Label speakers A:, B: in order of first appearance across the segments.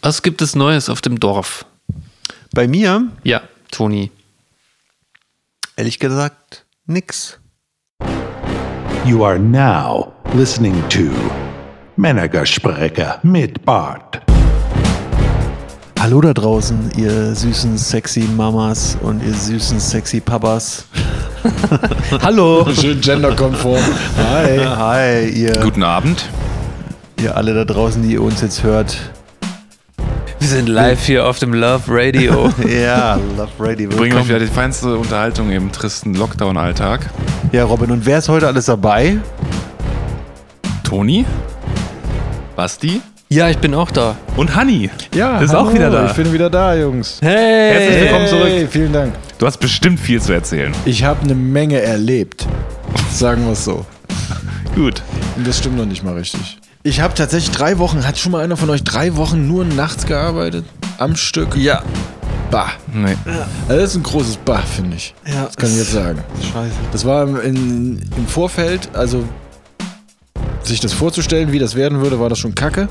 A: Was gibt es Neues auf dem Dorf?
B: Bei mir,
A: Ja, Toni.
B: ehrlich gesagt, nix.
C: You are now listening to Männergespräche mit Bart.
B: Hallo da draußen, ihr süßen, sexy Mamas und ihr süßen, sexy Papas.
D: Hallo. Schön genderkonform.
B: Hi. Hi, ihr,
E: Guten Abend.
B: ihr alle da draußen, die ihr uns jetzt hört.
A: Wir sind live hier auf dem Love Radio.
B: Ja, Love Ready.
E: Bringen euch wieder die feinste Unterhaltung im tristen Lockdown-Alltag.
B: Ja, Robin, und wer ist heute alles dabei?
E: Toni, Basti
A: ja, ich bin auch da.
E: und Hanni.
D: Ja,
E: ist
D: Ah, hallo,
E: auch wieder da.
D: Ich bin wieder da, Jungs.
A: Hey!
E: Herzlich willkommen zurück.
D: vielen Dank.
E: Du hast bestimmt viel zu erzählen.
D: Ich habe eine Menge erlebt. Sagen wir es so.
E: Gut.
D: Und das stimmt noch nicht mal richtig. Ich habe tatsächlich drei Wochen, hat schon mal einer von euch drei Wochen nur nachts gearbeitet? Am Stück?
A: Ja.
D: Bah.
E: Nee.
D: Also das ist ein großes Bah, finde ich.
B: Ja,
D: Das kann ich jetzt sagen.
B: Scheiße.
D: Das war im, in, im Vorfeld, also sich das vorzustellen, wie das werden würde, war das schon kacke.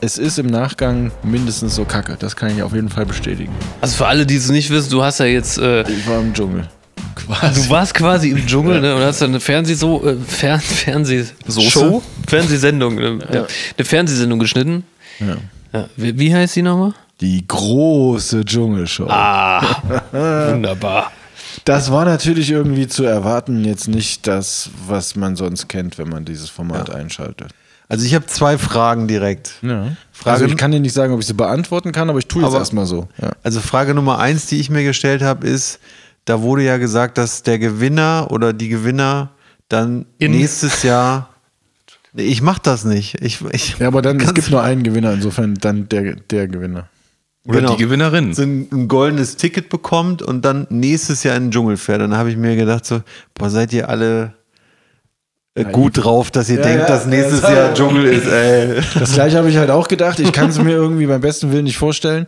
D: Es ist im Nachgang mindestens so kacke. Das kann ich auf jeden Fall bestätigen.
A: Also für alle, die es nicht wissen, du hast ja jetzt. Äh,
D: Ich war im Dschungel.
A: Du
D: Quasi.
A: warst quasi im Dschungel ne, und hast dann eine Fernseh so, äh, Fern Fernsehsoße?
E: Soße?
A: Fernsehsendung. ähm, ja. Eine Fernsehsendung geschnitten.
D: Ja.
A: Ja. Wie, wie heißt die nochmal?
D: Die große Dschungelshow.
A: Wunderbar.
D: Das war natürlich irgendwie zu erwarten, jetzt nicht das, was man sonst kennt, wenn man dieses Format einschaltet.
B: Also ich habe zwei Fragen direkt.
D: Frage, also
B: Frage,
D: ich kann dir nicht sagen, ob ich sie beantworten kann, aber ich tue jetzt
B: Aber-
D: erstmal so. Ja.
B: also Frage Nummer eins, die ich mir gestellt habe, ist, da wurde ja gesagt, dass der Gewinner oder die Gewinner dann
A: In-
B: nächstes Jahr... Nee, ich mach das nicht. Ich, ich
D: Ja, aber dann, es
B: Kannst-
D: gibt nur einen Gewinner, insofern dann der, der Gewinner.
E: Oder
B: Genau.
E: die Gewinnerin.
B: so ein, ein goldenes Ticket bekommt und dann nächstes Jahr in den Dschungel fährt. Dann habe ich mir gedacht, so, boah, seid ihr alle äh, gut drauf, dass ihr denkt,
D: ja,
B: dass nächstes
D: das-
B: Jahr Dschungel ist, ey.
D: Das gleiche habe ich halt auch gedacht. Ich kann es mir irgendwie beim besten Willen nicht vorstellen,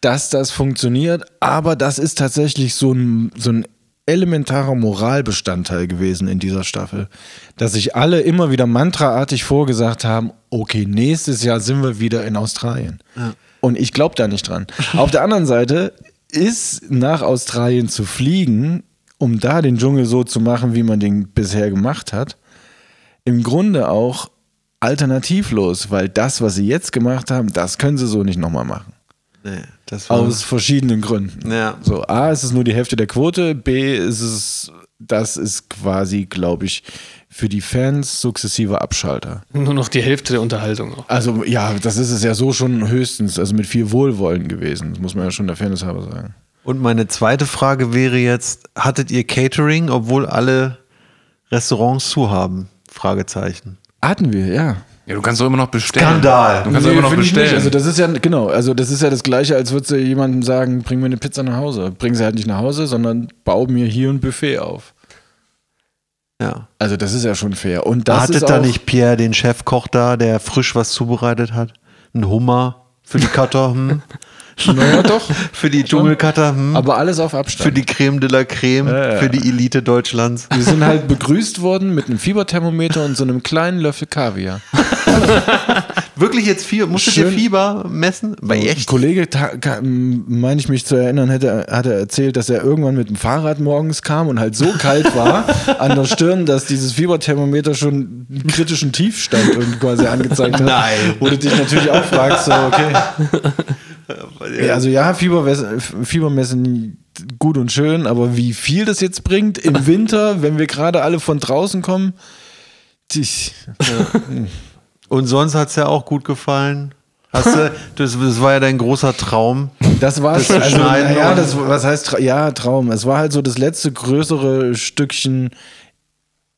D: dass das funktioniert. Aber das ist tatsächlich so ein, so ein elementarer Moralbestandteil gewesen in dieser Staffel. Dass sich alle immer wieder mantraartig vorgesagt haben, okay, nächstes Jahr sind wir wieder in Australien. Und ich glaube da nicht dran. Auf der anderen Seite ist nach Australien zu fliegen, um da den Dschungel so zu machen, wie man den bisher gemacht hat, im Grunde auch alternativlos, weil das, was sie jetzt gemacht haben, das können sie so nicht nochmal machen.
B: Nee, das war
D: Aus verschiedenen Gründen.
B: Ja.
D: So, A, es ist nur die Hälfte der Quote, B, ist es, das ist quasi, glaube ich, für die Fans sukzessive Abschalter.
A: Nur noch die Hälfte der Unterhaltung. Auch.
D: Also ja, das ist es ja so schon höchstens, also mit viel Wohlwollen gewesen, das muss man ja schon der Fairness halber sagen.
B: Und meine zweite Frage wäre jetzt: Hattet ihr Catering, obwohl alle Restaurants zu haben? Fragezeichen.
D: Hatten wir, ja.
E: Ja, du kannst doch immer noch bestellen.
B: Skandal.
E: Du kannst doch immer noch
D: finde ich nicht.
E: bestellen.
D: Also das ist ja genau, also das ist ja das gleiche, als würdest du jemandem sagen, bring mir eine Pizza nach Hause. Bring sie halt nicht nach Hause, sondern bau mir hier ein Buffet auf.
B: Ja.
D: Also das ist ja schon fair. Und das ist
B: Hattet
D: auch,
B: da nicht Pierre den Chefkoch da, der frisch was zubereitet hat? Ein Hummer für die Cutter, hm?
D: Naja, doch.
B: für die Dschungelcutter, hm?
D: Aber alles auf Abstand.
B: für die Creme de la Creme,
D: Ja, ja.
B: für die Elite Deutschlands.
D: wir sind halt begrüßt worden mit einem Fieberthermometer und so einem kleinen Löffel Kaviar.
B: Wirklich jetzt Fieber? Musstet ihr
D: Schön.
B: Fieber messen? Bei
D: Ein
B: echt?
D: Kollege, ta- ka- m- meine ich mich zu erinnern, hätte, hat er erzählt, dass er irgendwann mit dem Fahrrad morgens kam und halt so kalt war an der Stirn, dass dieses Fieberthermometer schon einen kritischen Tiefstand irgendwie quasi angezeigt hat.
B: Nein.
D: Wo du dich natürlich auch fragst, so, okay. Ja, also ja, Fieberwes- Fiebermessen gut und schön, aber wie viel das jetzt bringt im Winter, wenn wir gerade alle von draußen kommen, ich,
B: Und sonst hat es ja auch gut gefallen. Hast du, das, das war ja dein großer Traum.
D: Das war's.
B: Das zu
D: also,
B: schneiden
D: naja,
B: und-
D: das, was heißt, Tra- ja, Traum. Es war halt so das letzte größere Stückchen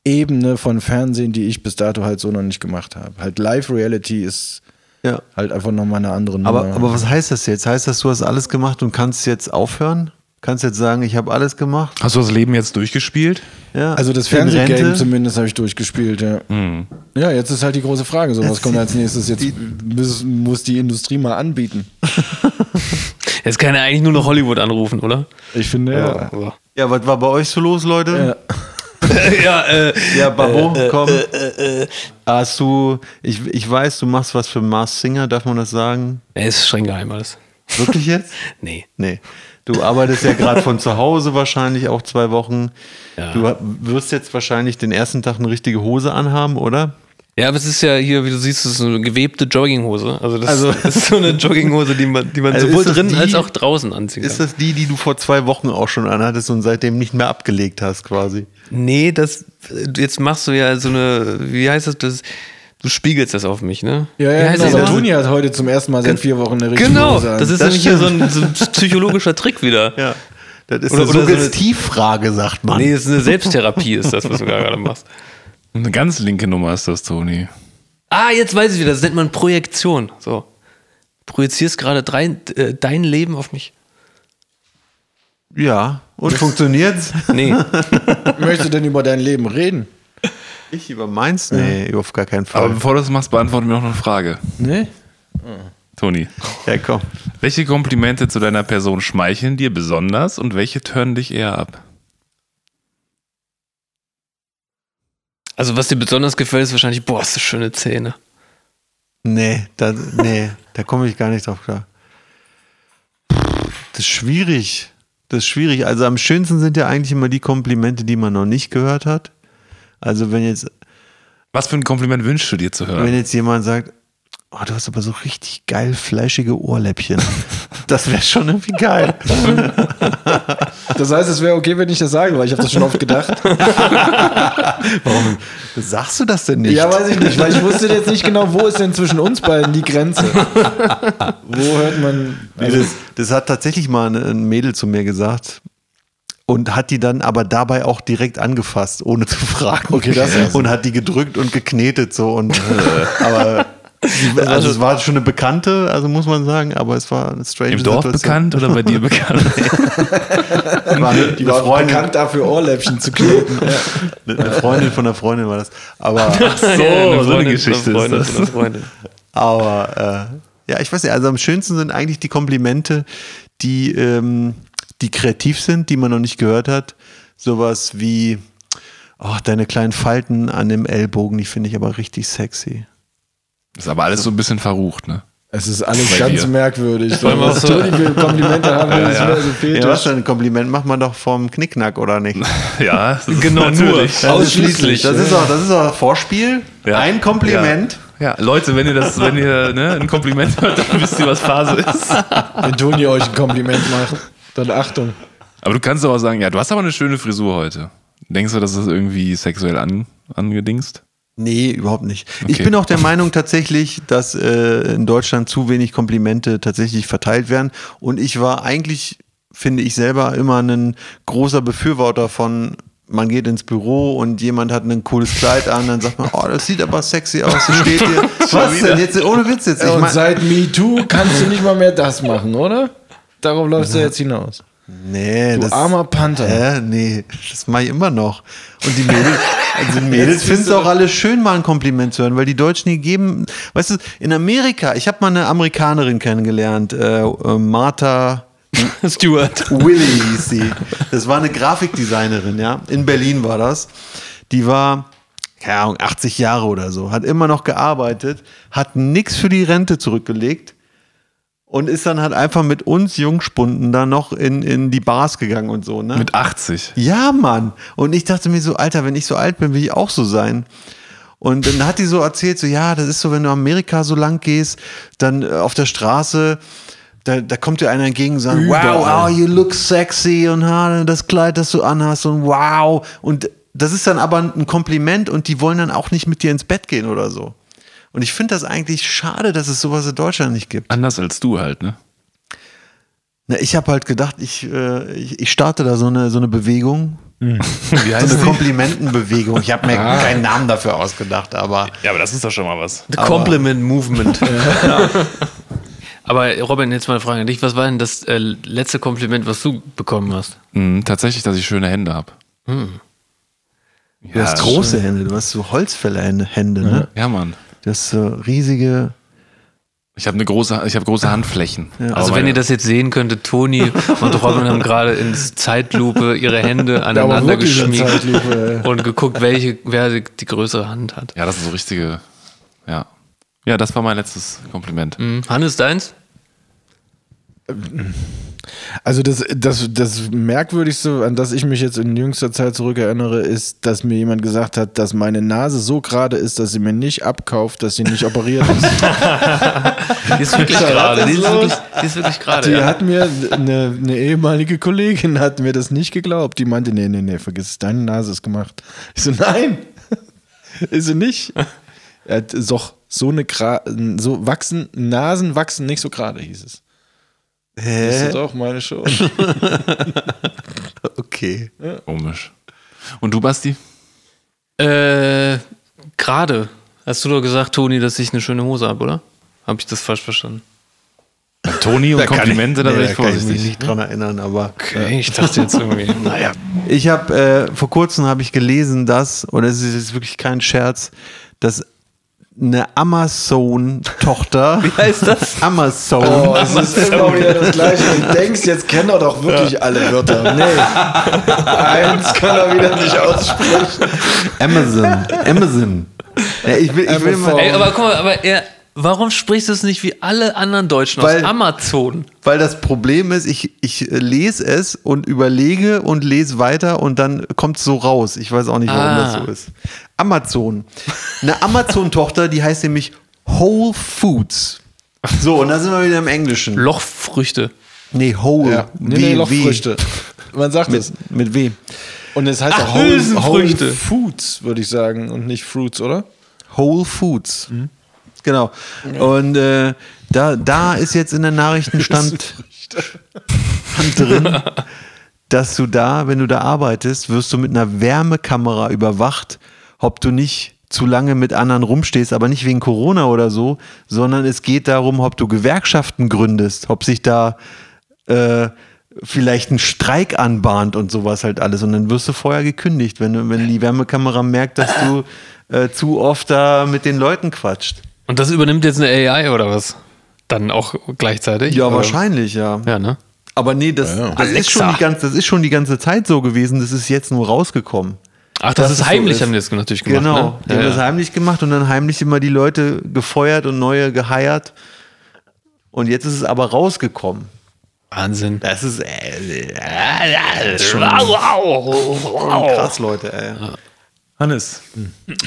D: Ebene von Fernsehen, die ich bis dato halt so noch nicht gemacht habe. Halt Live-Reality ist
B: Ja.
D: halt einfach nochmal eine andere Nummer.
B: Aber, aber was heißt das jetzt? Heißt das, du hast alles gemacht und kannst jetzt aufhören? Kannst jetzt sagen, ich habe alles gemacht?
E: Hast du das Leben jetzt durchgespielt?
B: Ja.
D: also das
B: In
D: Fernsehgame
B: Rente? Hm.
D: zumindest habe ich durchgespielt, ja. Ja, jetzt ist halt die große Frage, so was kommt als nächstes? Jetzt muss, muss die Industrie mal anbieten.
A: Jetzt kann er eigentlich nur noch Hollywood anrufen, oder?
D: Ich finde, ja.
B: Ja, was war bei euch so los, Leute?
D: ja.
A: ja, äh,
B: Ja, Babo, komm. Ah, Hast du, ich, ich weiß, du machst was für Mars Singer, darf man das sagen?
A: nee, ist streng geheim alles.
B: Wirklich jetzt?
A: Nee.
B: Nee. Du arbeitest ja gerade von zu Hause wahrscheinlich auch zwei Wochen. Du ha- wirst jetzt wahrscheinlich den ersten Tag eine richtige Hose anhaben, oder?
A: Ja, aber es ist ja hier, wie du siehst, es ist eine gewebte Jogginghose. Also das
B: Also-
A: ist so eine Jogginghose, die man, die man
B: Also
A: sowohl
B: ist das
A: drin
B: die-
A: als auch draußen anziehen
B: Ist
A: kann.
B: das die, die du vor zwei Wochen auch schon anhattest und seitdem nicht mehr abgelegt hast, quasi?
A: Nee, das jetzt machst du ja so eine, wie heißt das, das du spiegelst das auf mich, ne?
D: Ja,
A: wie
D: ja,
A: heißt
D: genau.
A: das
D: Der
A: denn?
D: Toni hat heute zum ersten Mal seit vier Wochen eine richtige
A: Genau,
D: Hose an.
A: das ist
B: Das
A: nämlich hier so ein, so ein psychologischer Trick wieder.
B: Ja. Das ist
A: Oder-
B: eine
A: oder so eine-
B: Suggestivfrage, sagt man.
A: Nee, das ist eine Selbsttherapie, ist das, was du gerade machst.
E: Eine ganz linke Nummer ist das, Toni.
A: Ah, jetzt weiß ich wieder, das nennt man Projektion. So. Projizierst gerade drei, äh, dein Leben auf mich.
B: Ja. Und funktioniert's?
A: Nee.
D: Möchtest du denn über dein Leben reden?
B: Ich über meins? Nee, auf gar keinen
E: Aber
B: Fall.
E: bevor du das machst, beantworte mir noch eine Frage.
D: Nee?
E: Toni,
B: ja, komm.
E: welche Komplimente zu deiner Person schmeicheln dir besonders und welche tören dich eher ab?
A: Also, was dir besonders gefällt, ist wahrscheinlich, boah, hast du schöne Zähne.
B: Nee, da, nee, da komme ich gar nicht drauf klar. Das ist schwierig. Das ist schwierig. Also am schönsten sind ja eigentlich immer die Komplimente, die man noch nicht gehört hat. Also wenn jetzt,
E: Was für ein Kompliment wünschst du dir zu hören?
B: wenn jetzt jemand sagt, oh, du hast aber so richtig geil fleischige Ohrläppchen. Das wäre schon irgendwie geil.
D: Das heißt, es wäre okay, wenn ich das sage, weil ich habe das schon oft gedacht.
B: Warum sagst du das denn nicht?
D: Ja, weiß ich nicht, weil ich wusste jetzt nicht genau, wo ist denn zwischen uns beiden die Grenze? Wo hört man.
B: Nee, das, das hat tatsächlich mal ein- ein Mädel zu mir gesagt und hat die dann aber dabei auch direkt angefasst, ohne zu fragen.
D: Okay, das ist-
B: und hat die gedrückt und geknetet so und äh, aber sie- also es war schon eine Bekannte, also muss man sagen, aber es war eine strange
E: Im Dorf bekannt oder bei dir bekannt?
B: War eine, die war Freundin,
D: bekannt dafür, Ohrläppchen zu kleben.
B: eine Freundin von einer Freundin war das. Aber
A: So,
E: so eine Geschichte ist das.
A: Freundin.
B: Aber äh, ja, ich weiß nicht, also am schönsten sind eigentlich die Komplimente, die, ähm, die kreativ sind, die man noch nicht gehört hat. Sowas wie, ach, deine kleinen Falten an dem Ellbogen, die finde ich aber richtig sexy.
E: Ist aber alles so ein bisschen verrucht, ne?
D: Es ist alles
E: Bei
D: ganz
E: dir.
D: merkwürdig. So,
A: Wollen wir
D: was
A: so-
D: Toni für Komplimente haben, das ist mir so
B: Ja, was
D: Also fehlt.
B: für ein Kompliment macht man doch vom Knickknack, oder nicht?
E: Ja,
A: Genau, nur. Ausschließlich.
B: Das ist auch, das ist auch Vorspiel.
E: Ja.
B: Ein Kompliment.
E: Ja, Leute, wenn ihr das, wenn ihr ne, ein Kompliment hört, dann wisst ihr, was Phase ist.
D: Wenn Toni euch ein Kompliment macht, dann Achtung.
E: Aber du kannst doch auch sagen, ja, du hast aber eine schöne Frisur heute. Denkst du, dass das irgendwie sexuell an, angedingst?
B: Nee, überhaupt nicht. Ich
E: Okay.
B: bin auch der Meinung tatsächlich, dass äh, in Deutschland zu wenig Komplimente tatsächlich verteilt werden. Und ich war eigentlich, finde ich selber, immer ein großer Befürworter von, man geht ins Büro und jemand hat ein cooles Kleid an, dann sagt man, oh, das sieht aber sexy aus, so steht hier. Was denn? Jetzt, ohne Witz jetzt. Ich
D: Und
B: mein-
D: seit MeToo kannst du nicht mal mehr das machen, oder? Darauf läufst du jetzt hinaus.
B: nee,
D: Du
B: das,
D: armer Panther.
B: Hä? nee, das mache ich immer noch. Und die Mädels, also die Mädels finden es auch alle schön, mal ein Kompliment zu hören, weil die Deutschen die geben, weißt du, in Amerika, ich habe mal eine Amerikanerin kennengelernt, äh, äh, Martha
A: Stuart.
B: Willy hieß sie. Das war eine Grafikdesignerin, ja. In Berlin war das. Die war, keine Ahnung, 80 Jahre oder so, hat immer noch gearbeitet, hat nichts für die Rente zurückgelegt und ist dann halt einfach mit uns Jungspunden da noch in, in die Bars gegangen und so, ne?
E: Mit 80.
B: Ja, Mann. Und ich dachte mir so, Alter, wenn ich so alt bin, will ich auch so sein. Und dann hat die so erzählt, so ja, das ist so, wenn du Amerika so lang gehst, dann äh, auf der Straße, da, da kommt dir einer entgegen und sagt, wow,
D: Überall.
B: oh, you look sexy und ha, das Kleid, das du anhast und wow. Und das ist dann aber ein Kompliment und die wollen dann auch nicht mit dir ins Bett gehen oder so. Und ich finde das eigentlich schade, dass es sowas in Deutschland nicht gibt.
E: Anders als du halt, ne?
B: Na, ich habe halt gedacht, ich, äh, ich, ich starte da so eine, so eine Bewegung,
E: Hm. Wie Ah.
B: so eine Komplimentenbewegung. Ich habe mir keinen Namen dafür ausgedacht, aber
E: Ja, aber das ist doch schon mal was.
A: The Compliment Movement. Aber Robin, jetzt mal eine Frage an dich. Was war denn das äh, letzte Kompliment, was du bekommen hast?
E: Mhm, tatsächlich, dass ich schöne Hände habe.
B: du hast große Hände, du hast so Holzfällerhände, Hände, ne?
E: Ja, Mann.
B: Du hast so riesige
E: Ich habe eine große, ich habe große Handflächen.
A: Also wenn ihr das jetzt sehen könntet, Toni und Robin haben gerade in Zeitlupe ihre Hände aneinander
D: wirklich in
A: geschmiegt
D: Zeitlupe,
A: und geguckt, welche, wer die größere Hand hat.
E: Ja, das ist so richtige. Ja. Ja, das war mein letztes Kompliment.
A: Hm. Hannes, deins?
D: Also das, das, das Merkwürdigste, an das ich mich jetzt in jüngster Zeit zurückerinnere, ist, dass mir jemand gesagt hat, dass meine Nase so gerade ist, dass sie mir nicht abkauft, dass sie nicht operiert ist.
A: Die ist wirklich gerade. Die ist wirklich, die ist wirklich gerade.
D: Die
A: Ja.
D: hat mir, eine, eine ehemalige Kollegin hat mir das nicht geglaubt. Die meinte, nee, nee, nee, vergiss es, deine Nase ist gemacht. Ich so, nein, ist sie nicht. Er hat doch so eine, Gra so wachsen, Nasen wachsen nicht so gerade, hieß es. Hä? Das ist auch meine Show.
B: Okay.
E: Komisch. Und du, Basti?
A: Äh, gerade. Hast du doch gesagt, Toni, dass ich eine schöne Hose habe, oder? Habe ich das falsch verstanden?
E: Toni und Komplimente, da bin ich
B: kann ich mich
E: vorsichtig. ne?
B: nicht dran erinnern, aber äh,
A: Okay, ich dachte jetzt irgendwie, naja.
B: Ich habe äh, vor kurzem habe ich gelesen, dass und es ist jetzt wirklich kein Scherz, dass eine Amazon-Tochter. Wie
A: heißt das?
B: Amazon.
D: es ist immer wieder Oh, das Gleiche. Du denkst, jetzt kennt er doch wirklich alle Wörter. Nee. Eins kann er wieder nicht aussprechen.
B: Amazon. Amazon. Ja, ich will, ich will
D: Amazon.
B: mal,
A: Ey, aber guck mal, aber er, warum sprichst du es nicht wie alle anderen Deutschen aus
B: Weil-
A: Amazon?
B: weil das Problem ist, ich, ich äh, lese es und überlege und lese weiter und dann kommt es so raus. Ich weiß auch nicht, warum das
A: Ah.
B: so ist. Amazon. Eine Amazon-Tochter, die heißt nämlich Whole Foods. So, und da sind wir wieder im Englischen.
A: Lochfrüchte.
B: Nee, Whole.
D: Ja.
B: W,
D: Nee, nee,
B: W.
D: Lochfrüchte. Man sagt es.
B: Mit, mit W.
D: Und es heißt
A: Ach,
D: auch Whole,
A: Hülsenfrüchte.
D: Whole Foods, würde ich sagen, und nicht Fruits, oder?
B: Whole Foods. Genau. Und äh, da, da ist jetzt in der Nachrichtenstand Stand drin, dass du da, wenn du da arbeitest, wirst du mit einer Wärmekamera überwacht, ob du nicht zu lange mit anderen rumstehst, aber nicht wegen Corona oder so, sondern es geht darum, ob du Gewerkschaften gründest, ob sich da äh, vielleicht ein Streik anbahnt und sowas halt alles. Und dann wirst du vorher gekündigt, wenn, du- wenn die Wärmekamera merkt, dass du äh, zu oft da mit den Leuten quatscht.
A: Und das übernimmt jetzt eine AI oder was? Dann auch gleichzeitig?
B: Ja,
A: Oder-
B: wahrscheinlich, Ähm, ja.
A: Ja, ne?
B: Aber nee, das, Das, ist
A: Alexa.
B: schon die ganze, das ist schon die ganze Zeit so gewesen, das ist jetzt nur rausgekommen.
A: Ach, das,
B: Dass es
A: ist
B: so
A: heimlich,
B: ist.
A: haben die das natürlich gemacht.
B: genau,
A: Ne?
B: die haben
A: Ja,
B: das
A: ja.
B: heimlich gemacht und dann heimlich immer die Leute gefeuert und neue geheiert. Und jetzt ist es aber rausgekommen.
A: Wahnsinn.
B: Das ist, äh,
A: Wow.
B: krass, Leute, ey.
E: Hannes.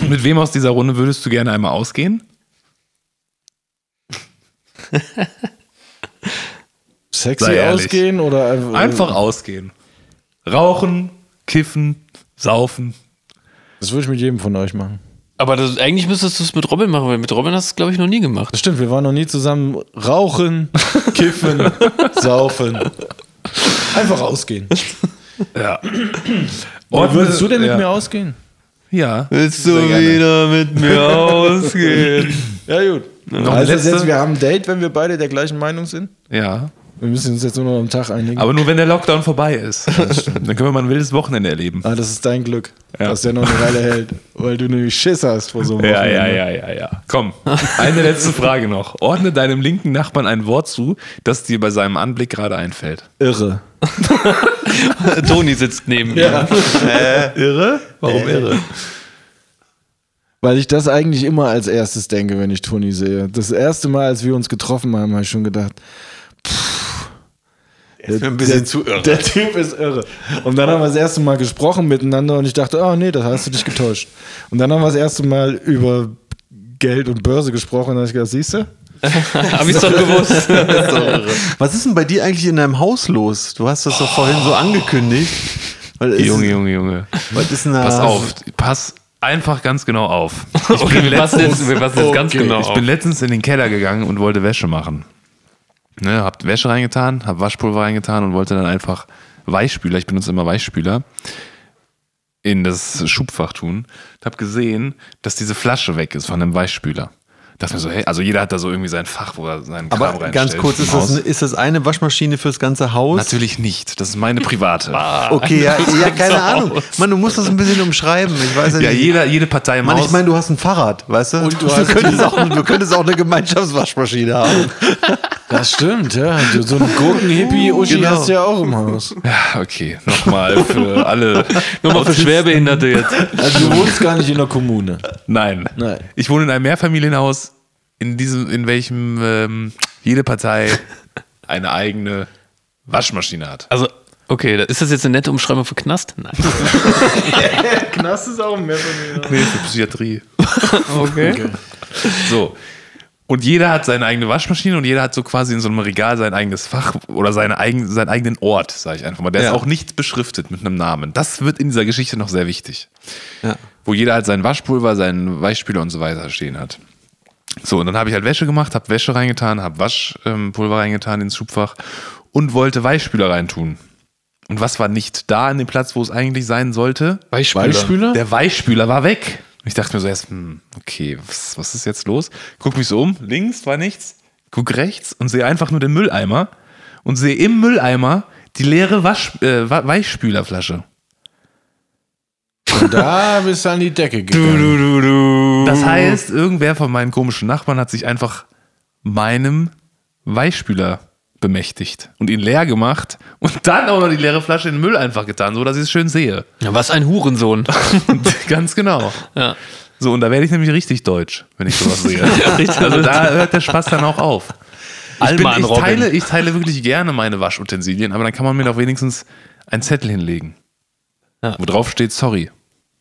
E: Mit wem aus dieser Runde würdest du gerne einmal ausgehen?
D: Sexy
E: Sei ehrlich.
D: ausgehen oder äh,
E: Einfach ausgehen. Rauchen, kiffen, saufen.
D: Das würde ich mit jedem von euch machen.
A: Aber das, eigentlich müsstest du es mit Robin machen, weil mit Robin hast du es, glaube ich, noch nie gemacht.
D: Das stimmt, wir waren noch nie zusammen rauchen, kiffen, saufen. Einfach ausgehen.
E: Ja.
D: Und würdest du denn mit
E: ja.
D: mir ausgehen?
E: Ja.
B: Willst du wieder mit mir ausgehen?
D: Ja, gut.
E: Noch eine
D: also das
E: letzte?
D: jetzt, wir haben ein Date, wenn wir beide der gleichen Meinung sind.
E: Ja.
D: Wir müssen uns jetzt nur noch am Tag einigen.
E: Aber nur wenn der Lockdown vorbei ist. Dann können wir mal ein wildes Wochenende erleben.
D: ah, das ist dein Glück,
E: Ja.
D: dass der noch eine Weile hält, weil du nämlich Schiss hast vor so einem
E: Ja, ja,
D: Wochenende.
E: ja, ja, ja. Komm, eine letzte Frage noch. Ordne deinem linken Nachbarn ein Wort zu, das dir bei seinem Anblick gerade einfällt.
D: Irre.
A: Toni sitzt neben mir.
E: Irre? Warum irre?
D: Weil ich das eigentlich immer als erstes denke, wenn ich Toni sehe. Das erste Mal, als wir uns getroffen haben, habe ich schon gedacht, pff, der,
B: Ein bisschen zu irre.
D: der Typ ist irre. Und dann haben wir das erste Mal gesprochen miteinander und ich dachte, oh nee, da hast du dich getäuscht. Und dann haben wir das erste Mal über Geld und Börse gesprochen und dann habe ich gedacht, siehst du?
A: Hab ich's doch gewusst.
B: Was ist denn bei dir eigentlich in deinem Haus los? Du hast das doch vorhin so angekündigt. Was ist,
E: Oh. Junge, Junge, Junge.
B: Was ist denn da?
E: Pass auf, pass einfach ganz genau auf. Ich bin
A: Okay, wir passen jetzt, wir passen jetzt ganz
E: Okay.
A: genau
E: Ich
A: auf.
E: bin letztens in den Keller gegangen und wollte Wäsche machen. Ne, hab Wäsche reingetan, hab Waschpulver reingetan und wollte dann einfach Weichspüler, ich benutze immer Weichspüler, in das Schubfach tun. Und hab gesehen, dass diese Flasche weg ist von dem Weichspüler. Dachte mir so, hey, also jeder hat da so irgendwie sein Fach, wo er seinen Kram
B: Aber
E: reinstellt.
B: ganz kurz, ist
E: im
B: das,
E: Haus.
B: ist das eine Waschmaschine fürs ganze Haus? Ah,
E: Natürlich nicht. Das ist meine private.
B: Okay, ja, ja keine
E: ganze
B: Ahnung.
E: Haus.
B: Mann, du musst das ein bisschen umschreiben. Ich weiß ja,
E: ja,
B: nicht.
E: jeder, jede Partei im
B: Mann,
E: Haus.
B: ich meine, du hast ein Fahrrad, weißt du?
D: Und du
B: du,
D: hast-
B: könntest auch, du könntest auch eine Gemeinschaftswaschmaschine haben.
D: Das stimmt, ja. Du- So einen Gurken-Hippie-Uschi
B: Genau.
D: hast du ja auch im Haus.
E: ja, okay, nochmal für alle.
A: Nochmal für Schwerbehinderte jetzt.
D: Also du wohnst gar nicht in der Kommune.
E: Nein.
D: Nein.
E: Ich wohne in einem Mehrfamilienhaus, in diesem, in welchem ähm, jede Partei eine eigene Waschmaschine hat.
A: Also, okay, da- ist das jetzt eine nette Umschreibung für Knast? Nein.
D: Knast ist auch mehr von mir.
E: Nee, für Psychiatrie.
A: Okay.
E: So. Und jeder hat seine eigene Waschmaschine und jeder hat so quasi in so einem Regal sein eigenes Fach oder seine eigen, seinen eigenen Ort, sage ich einfach mal. Der
B: Ja.
E: ist auch nicht beschriftet mit einem Namen. Das wird in dieser Geschichte noch sehr wichtig.
B: Ja.
E: Wo jeder halt sein Waschpulver, seinen Weichspüler und so weiter stehen hat. So, und dann habe ich halt Wäsche gemacht, habe Wäsche reingetan, habe Waschpulver reingetan ins Schubfach und wollte Weichspüler reintun. Und was war nicht da an dem Platz, wo es eigentlich sein sollte?
D: Weichspüler?
E: Der Weichspüler war weg. Und ich dachte mir so erst, hm, okay, was, was ist jetzt los? Guck mich so um, links war nichts, guck rechts und sehe einfach nur den Mülleimer und sehe im Mülleimer die leere Wasch, äh, Wa- Weichspülerflasche.
D: Und da bist du an die Decke gegangen.
A: Mhm.
E: Das heißt, irgendwer von meinen komischen Nachbarn hat sich einfach meinem Weichspüler bemächtigt und ihn leer gemacht und dann auch noch die leere Flasche in den Müll einfach getan, so dass ich es schön sehe.
A: Ja, was ein Hurensohn.
E: Ganz genau.
A: Ja.
E: So, und da werde ich nämlich richtig deutsch, wenn ich sowas sehe. also da hört der Spaß dann auch auf. Ich, bin,
A: Allmann,
E: ich,
A: Robin.
E: teile, ich teile wirklich gerne meine Waschutensilien, aber dann kann man mir doch wenigstens einen Zettel hinlegen.
A: Ja.
E: Wo drauf steht, sorry.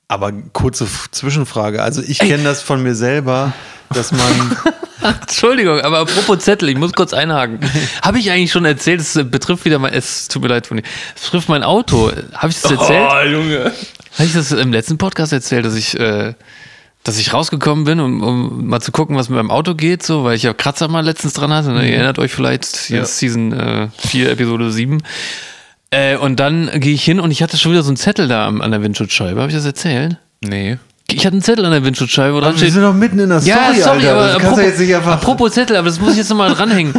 B: Aber kurze F- Zwischenfrage. Also ich kenne das von mir selber, dass man.
A: Entschuldigung, aber apropos Zettel, ich muss kurz einhaken. Habe ich eigentlich schon erzählt, es äh, betrifft wieder mein, es tut mir leid, Toni, es betrifft mein Auto. Habe ich das erzählt?
B: Oh,
E: Junge.
A: Habe ich das im letzten Podcast erzählt, dass ich, äh, dass ich rausgekommen bin, um, um mal zu gucken, was mit meinem Auto geht, so, weil ich ja Kratzer mal letztens dran hatte.
B: Mhm.
A: Ne? Ihr erinnert euch vielleicht, hier ist Season äh, 4, Episode 7. Äh, und dann gehe ich hin und ich hatte schon wieder so einen Zettel da am- an der Windschutzscheibe. Habe ich das erzählt?
E: Nee.
A: Ich hatte einen Zettel an der Windschutzscheibe. wo dran
B: Wir
A: steht-
B: sind doch mitten in der Story,
A: ja, sorry,
B: Alter.
A: aber
B: das kannst
A: apropos,
B: du jetzt nicht einfach.
A: apropos Zettel, aber das muss ich jetzt nochmal dranhängen.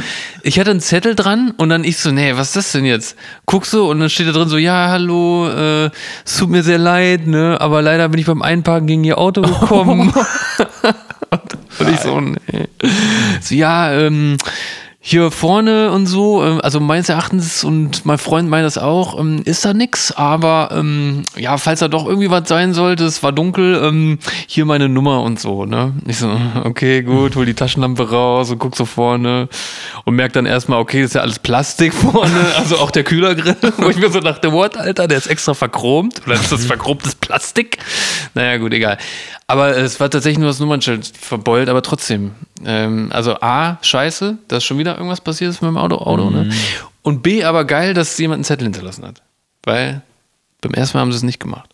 A: Ich hatte einen Zettel dran und dann ich so, nee, was ist das denn jetzt? Guck so und dann steht da drin so, ja, hallo, äh, es tut mir sehr leid, ne, aber leider bin ich beim Einparken gegen ihr Auto gekommen. und ich so, nee. So, ja, ähm, hier vorne und so, ähm, also meines Erachtens und mein Freund meint das auch, ähm, ist da nix, aber ähm, ja, falls da doch irgendwie was sein sollte, es war dunkel, ähm, hier meine Nummer und so, ne? Ich so, okay, gut, hol die Taschenlampe raus und guck so vorne und merk dann erstmal, okay, ist ja alles Plastik vorne, also auch der Kühlergrill, wo ich mir so dachte, what, Alter, der ist extra verchromt oder ist das verchromtes Plastik? Naja, gut, egal. Aber es war tatsächlich nur das Nummernschild verbeult, aber trotzdem. Ähm, also A, scheiße, dass schon wieder irgendwas passiert ist mit dem Auto, Auto ne? Und B, aber geil, dass jemand einen Zettel hinterlassen hat. Weil beim ersten Mal haben sie es nicht gemacht.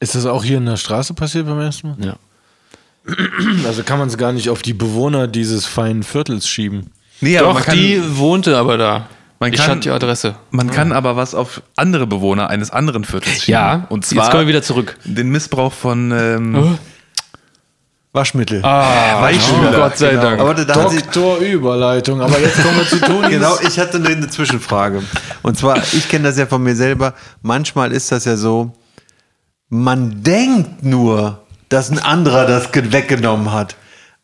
D: Ist das auch hier in der Straße passiert beim ersten Mal?
A: Ja.
D: Also kann man es gar nicht auf die Bewohner dieses feinen Viertels schieben.
E: Nee, aber
A: Doch,
E: man kann,
A: die wohnte aber da.
E: Man
A: ich
E: kann-
A: hatte die Adresse.
E: man kann aber was auf andere Bewohner eines anderen Viertels schieben.
A: Ja,
E: und
A: jetzt
E: zwar
A: kommen wir wieder Oh, zurück.
E: den Missbrauch von ähm,
B: Waschmittel.
E: Ah, Weichspüler.
A: Oh Gott sei Dank.
B: Aber da, da hat sie,
D: Doktorüberleitung, aber jetzt kommen wir zu Toni.
B: Genau, ich hatte eine, eine Zwischenfrage. Und zwar, ich kenne das ja von mir selber. Manchmal ist das ja so, man denkt nur, dass ein anderer das ge- weggenommen hat.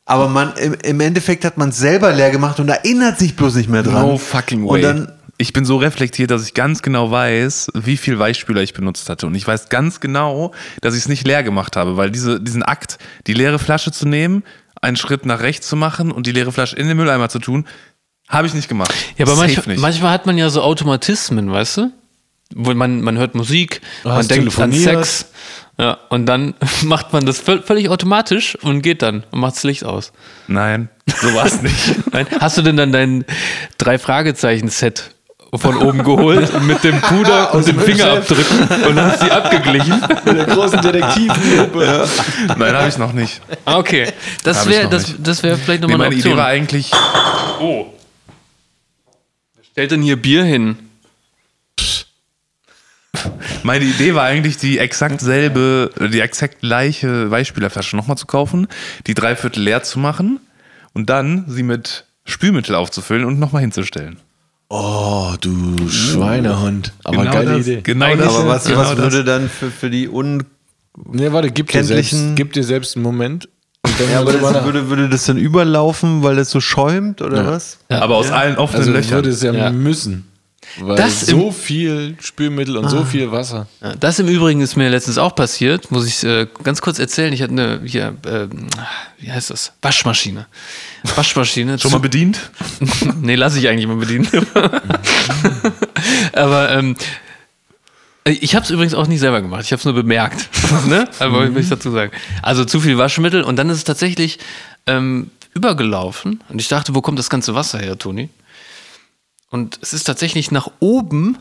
B: Aber man, im, im Endeffekt hat man es selber leer gemacht und erinnert sich bloß nicht mehr dran.
E: No fucking way.
B: Und dann,
E: ich bin so reflektiert, dass ich ganz genau weiß, wie viel Weichspüler ich benutzt hatte. Und ich weiß ganz genau, dass ich es nicht leer gemacht habe, weil diese, diesen Akt, die leere Flasche zu nehmen, einen Schritt nach rechts zu machen und die leere Flasche in den Mülleimer zu tun, habe ich nicht gemacht.
A: Ja, aber
E: Safe
A: manch,
E: nicht.
A: manchmal hat man ja so Automatismen, weißt du? Wo man, man hört Musik, man
D: hast
A: denkt an
D: telefoniert.
A: Sex. Ja, und dann macht man das völ- völlig automatisch und geht dann und macht das Licht aus.
E: Nein, so war es nicht.
A: Nein, hast du denn dann dein Drei-Fragezeichen-Set von oben geholt mit dem Puder und dem Fingerabdrücken und hast die abgeglichen?
D: Mit der großen Detektivgruppe.
E: Nein, habe ich noch nicht.
A: Ah, Okay, das
E: Hab ich
A: wäre
E: noch
A: das,
E: nicht.
A: das wär vielleicht
E: Nee,
A: nochmal
E: meine
A: eine
E: Idee
A: Option.
E: war eigentlich,
A: Stellt denn hier Bier hin?
E: meine Idee war eigentlich, die exakt selbe, die exakt gleiche Weichspülerflasche nochmal zu kaufen, die drei Viertel leer zu machen und dann sie mit Spülmittel aufzufüllen und nochmal hinzustellen.
D: Oh, du Schweinehund. Aber geile
E: das,
D: Idee.
E: Genau
B: Eigentlich
E: das.
B: aber was,
E: genau
B: was
E: das.
B: würde dann für, für die Un...
D: Nee, warte, gib dir,
B: Kenntlichen-
D: selbst, gib dir selbst einen Moment. Und dann
B: Ja, aber
D: drüber nach.
B: das, würde, würde das dann überlaufen, weil das so schäumt oder was?
E: Aber aus allen offenen
D: also
E: Löchern.
D: würde es ja,
A: Ja.
D: müssen. Weil
A: Das
D: so viel Spülmittel und so viel Wasser.
A: Ja, Das im Übrigen ist mir letztens auch passiert, muss ich äh, ganz kurz erzählen. Ich hatte eine, hier, ähm, wie heißt das? Waschmaschine. Waschmaschine.
E: Schon mal bedient?
A: nee, lasse ich eigentlich mal bedienen. Aber ähm, ich habe es übrigens auch nicht selber gemacht. Ich habe es nur bemerkt. ne? Aber ich will ich dazu sagen. Also zu viel Waschmittel und dann ist es tatsächlich ähm, übergelaufen. Und ich dachte, wo kommt das ganze Wasser her, Toni? Und es ist tatsächlich nach oben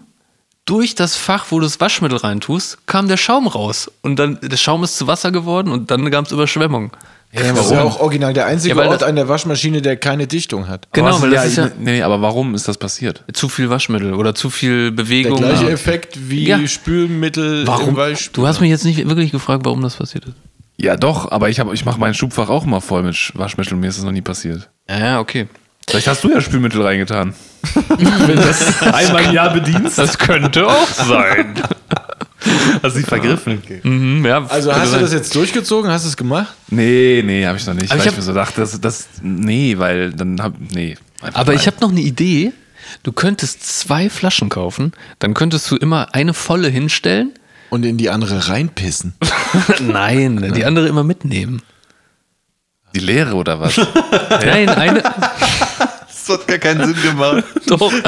A: durch das Fach, wo du das Waschmittel reintust, kam der Schaum raus. Und dann, der Schaum ist zu Wasser geworden und dann gab es Überschwemmung.
D: Das ist ja auch original der einzige
A: Ja, weil
D: Ort
A: das-
D: an der Waschmaschine, der keine Dichtung hat.
A: Genau,
E: aber
A: weil das
E: das
A: ist ja
E: nee, nee, aber warum ist das passiert?
A: zu viel Waschmittel oder zu viel
D: Der
A: Bewegung.
D: gleiche
A: Ja.
D: Effekt wie
A: Ja.
D: Spülmittel im
A: Warum?
D: Beispiel. ne?
A: Du hast mich jetzt nicht wirklich gefragt, warum das passiert ist.
E: Ja, doch, aber ich, hab- ich mache mein Schubfach auch mal voll mit Sch- Waschmittel und mir ist das noch nie passiert.
A: Ja, ja, okay.
E: Vielleicht hast du ja Spülmittel reingetan. Wenn du das einmal im Jahr bedienst. Das könnte auch sein. Hast du dich vergriffen?
A: Mhm, ja,
D: Also hast du das jetzt durchgezogen? Hast du es gemacht?
E: Nee, nee, habe ich noch nicht.
A: Aber
E: weil
A: ich
E: ich
A: hab-
E: mir so dachte, das, das, nee, weil dann hab, nee. Einfach
A: Aber
E: nein.
A: ich habe noch eine Idee. Du könntest zwei Flaschen kaufen, dann könntest du immer eine volle hinstellen.
D: Und in die andere reinpissen.
A: Nein, die andere immer mitnehmen.
E: Die Leere oder was?
A: Nein, eine.
B: Das hat gar keinen Sinn gemacht.
A: Doch, ihr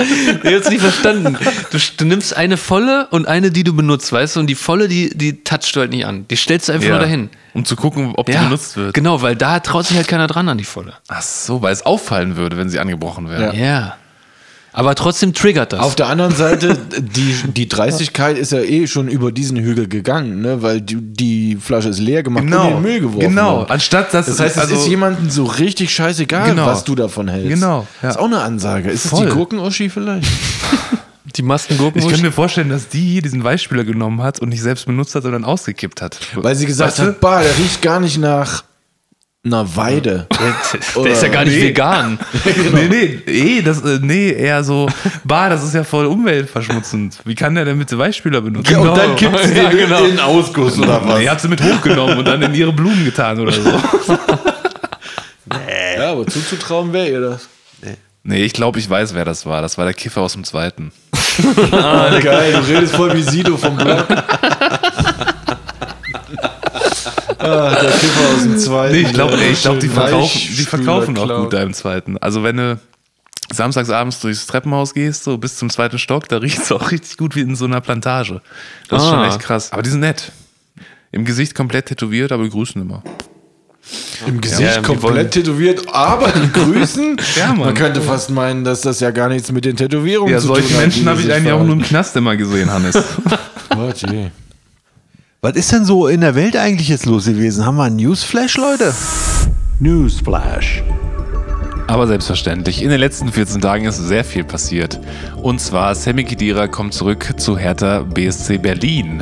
A: habt es nicht verstanden. Du, du nimmst eine volle und eine, die du benutzt, weißt du? Und die volle, die, die touchst du halt nicht an. Die stellst du einfach nur dahin.
E: Um zu gucken, ob die benutzt wird.
A: Genau, weil da traut sich halt keiner dran an die volle.
E: Ach so, weil es auffallen würde, wenn sie angebrochen wäre.
A: Ja. Aber trotzdem triggert das.
D: Auf der anderen Seite, die, die Dreistigkeit ist ja eh schon über diesen Hügel gegangen, ne? weil die, die Flasche ist leer gemacht und in den Müll geworfen.
E: Genau.
D: worden.
E: Anstatt dass
D: Das heißt,
E: also,
D: es ist jemandem so richtig scheißegal,
E: Genau.
D: was du davon hältst.
E: Genau, ja.
D: Ist auch eine Ansage. Ist
E: Voll.
D: es die Gurkenuschi vielleicht?
A: die Maskengurken.
E: ich könnte mir vorstellen, dass die diesen Weichspüler genommen hat und nicht selbst benutzt hat, sondern ausgekippt hat.
D: Weil sie gesagt
E: Weißt du?
D: hat, bah, der riecht gar nicht nach einer Weide.
A: Der ist ja gar nicht
E: Nee.
A: vegan.
B: Genau.
E: Nee, nee, nee, das, äh, nee, eher so, bah, das ist ja voll umweltverschmutzend. Wie kann der denn bitte Weichspüler benutzen? Genau.
B: Ja, und dann kippt sie den in den Ausguss oder was?
E: Nee, hat sie mit hochgenommen und dann in ihre Blumen getan oder so.
D: Ja, aber zuzutrauen wäre ihr das.
E: Nee, ich glaube, ich weiß, wer das war. Das war der Kiffer aus dem Zweiten.
D: Ah, geil, du redest voll wie Sido vom Block. Ah, der Kiffer aus dem Zweiten.
E: Nee, ich glaube, ich glaub, die
D: Schön
E: verkaufen,
D: weich,
E: die verkaufen auch
D: Spüler
E: gut da im Zweiten. Also wenn du samstagsabends durchs Treppenhaus gehst, so bis zum zweiten Stock, da riecht es auch richtig gut wie in so einer Plantage. Das ist schon
A: Ah.
E: echt krass. Aber die sind nett. Im Gesicht komplett tätowiert, aber grüßen immer.
D: Im Gesicht
E: Ja, die wollen-
D: komplett tätowiert, aber die grüßen?
E: Ja, Mann.
D: Man könnte fast meinen, dass das ja gar nichts mit den Tätowierungen
E: Ja,
D: zu tun hat.
E: solche Menschen
D: die
E: habe ich
D: sich
E: eigentlich auch nur im Knast immer gesehen, Hannes.
D: verhalten. Gott, je.
B: Was ist denn so in der Welt eigentlich jetzt los gewesen? Haben wir einen Newsflash, Leute?
C: Newsflash.
E: Aber selbstverständlich, in den letzten 14 Tagen ist sehr viel passiert. Und zwar, Sammy Khedira kommt zurück zu Hertha BSC Berlin.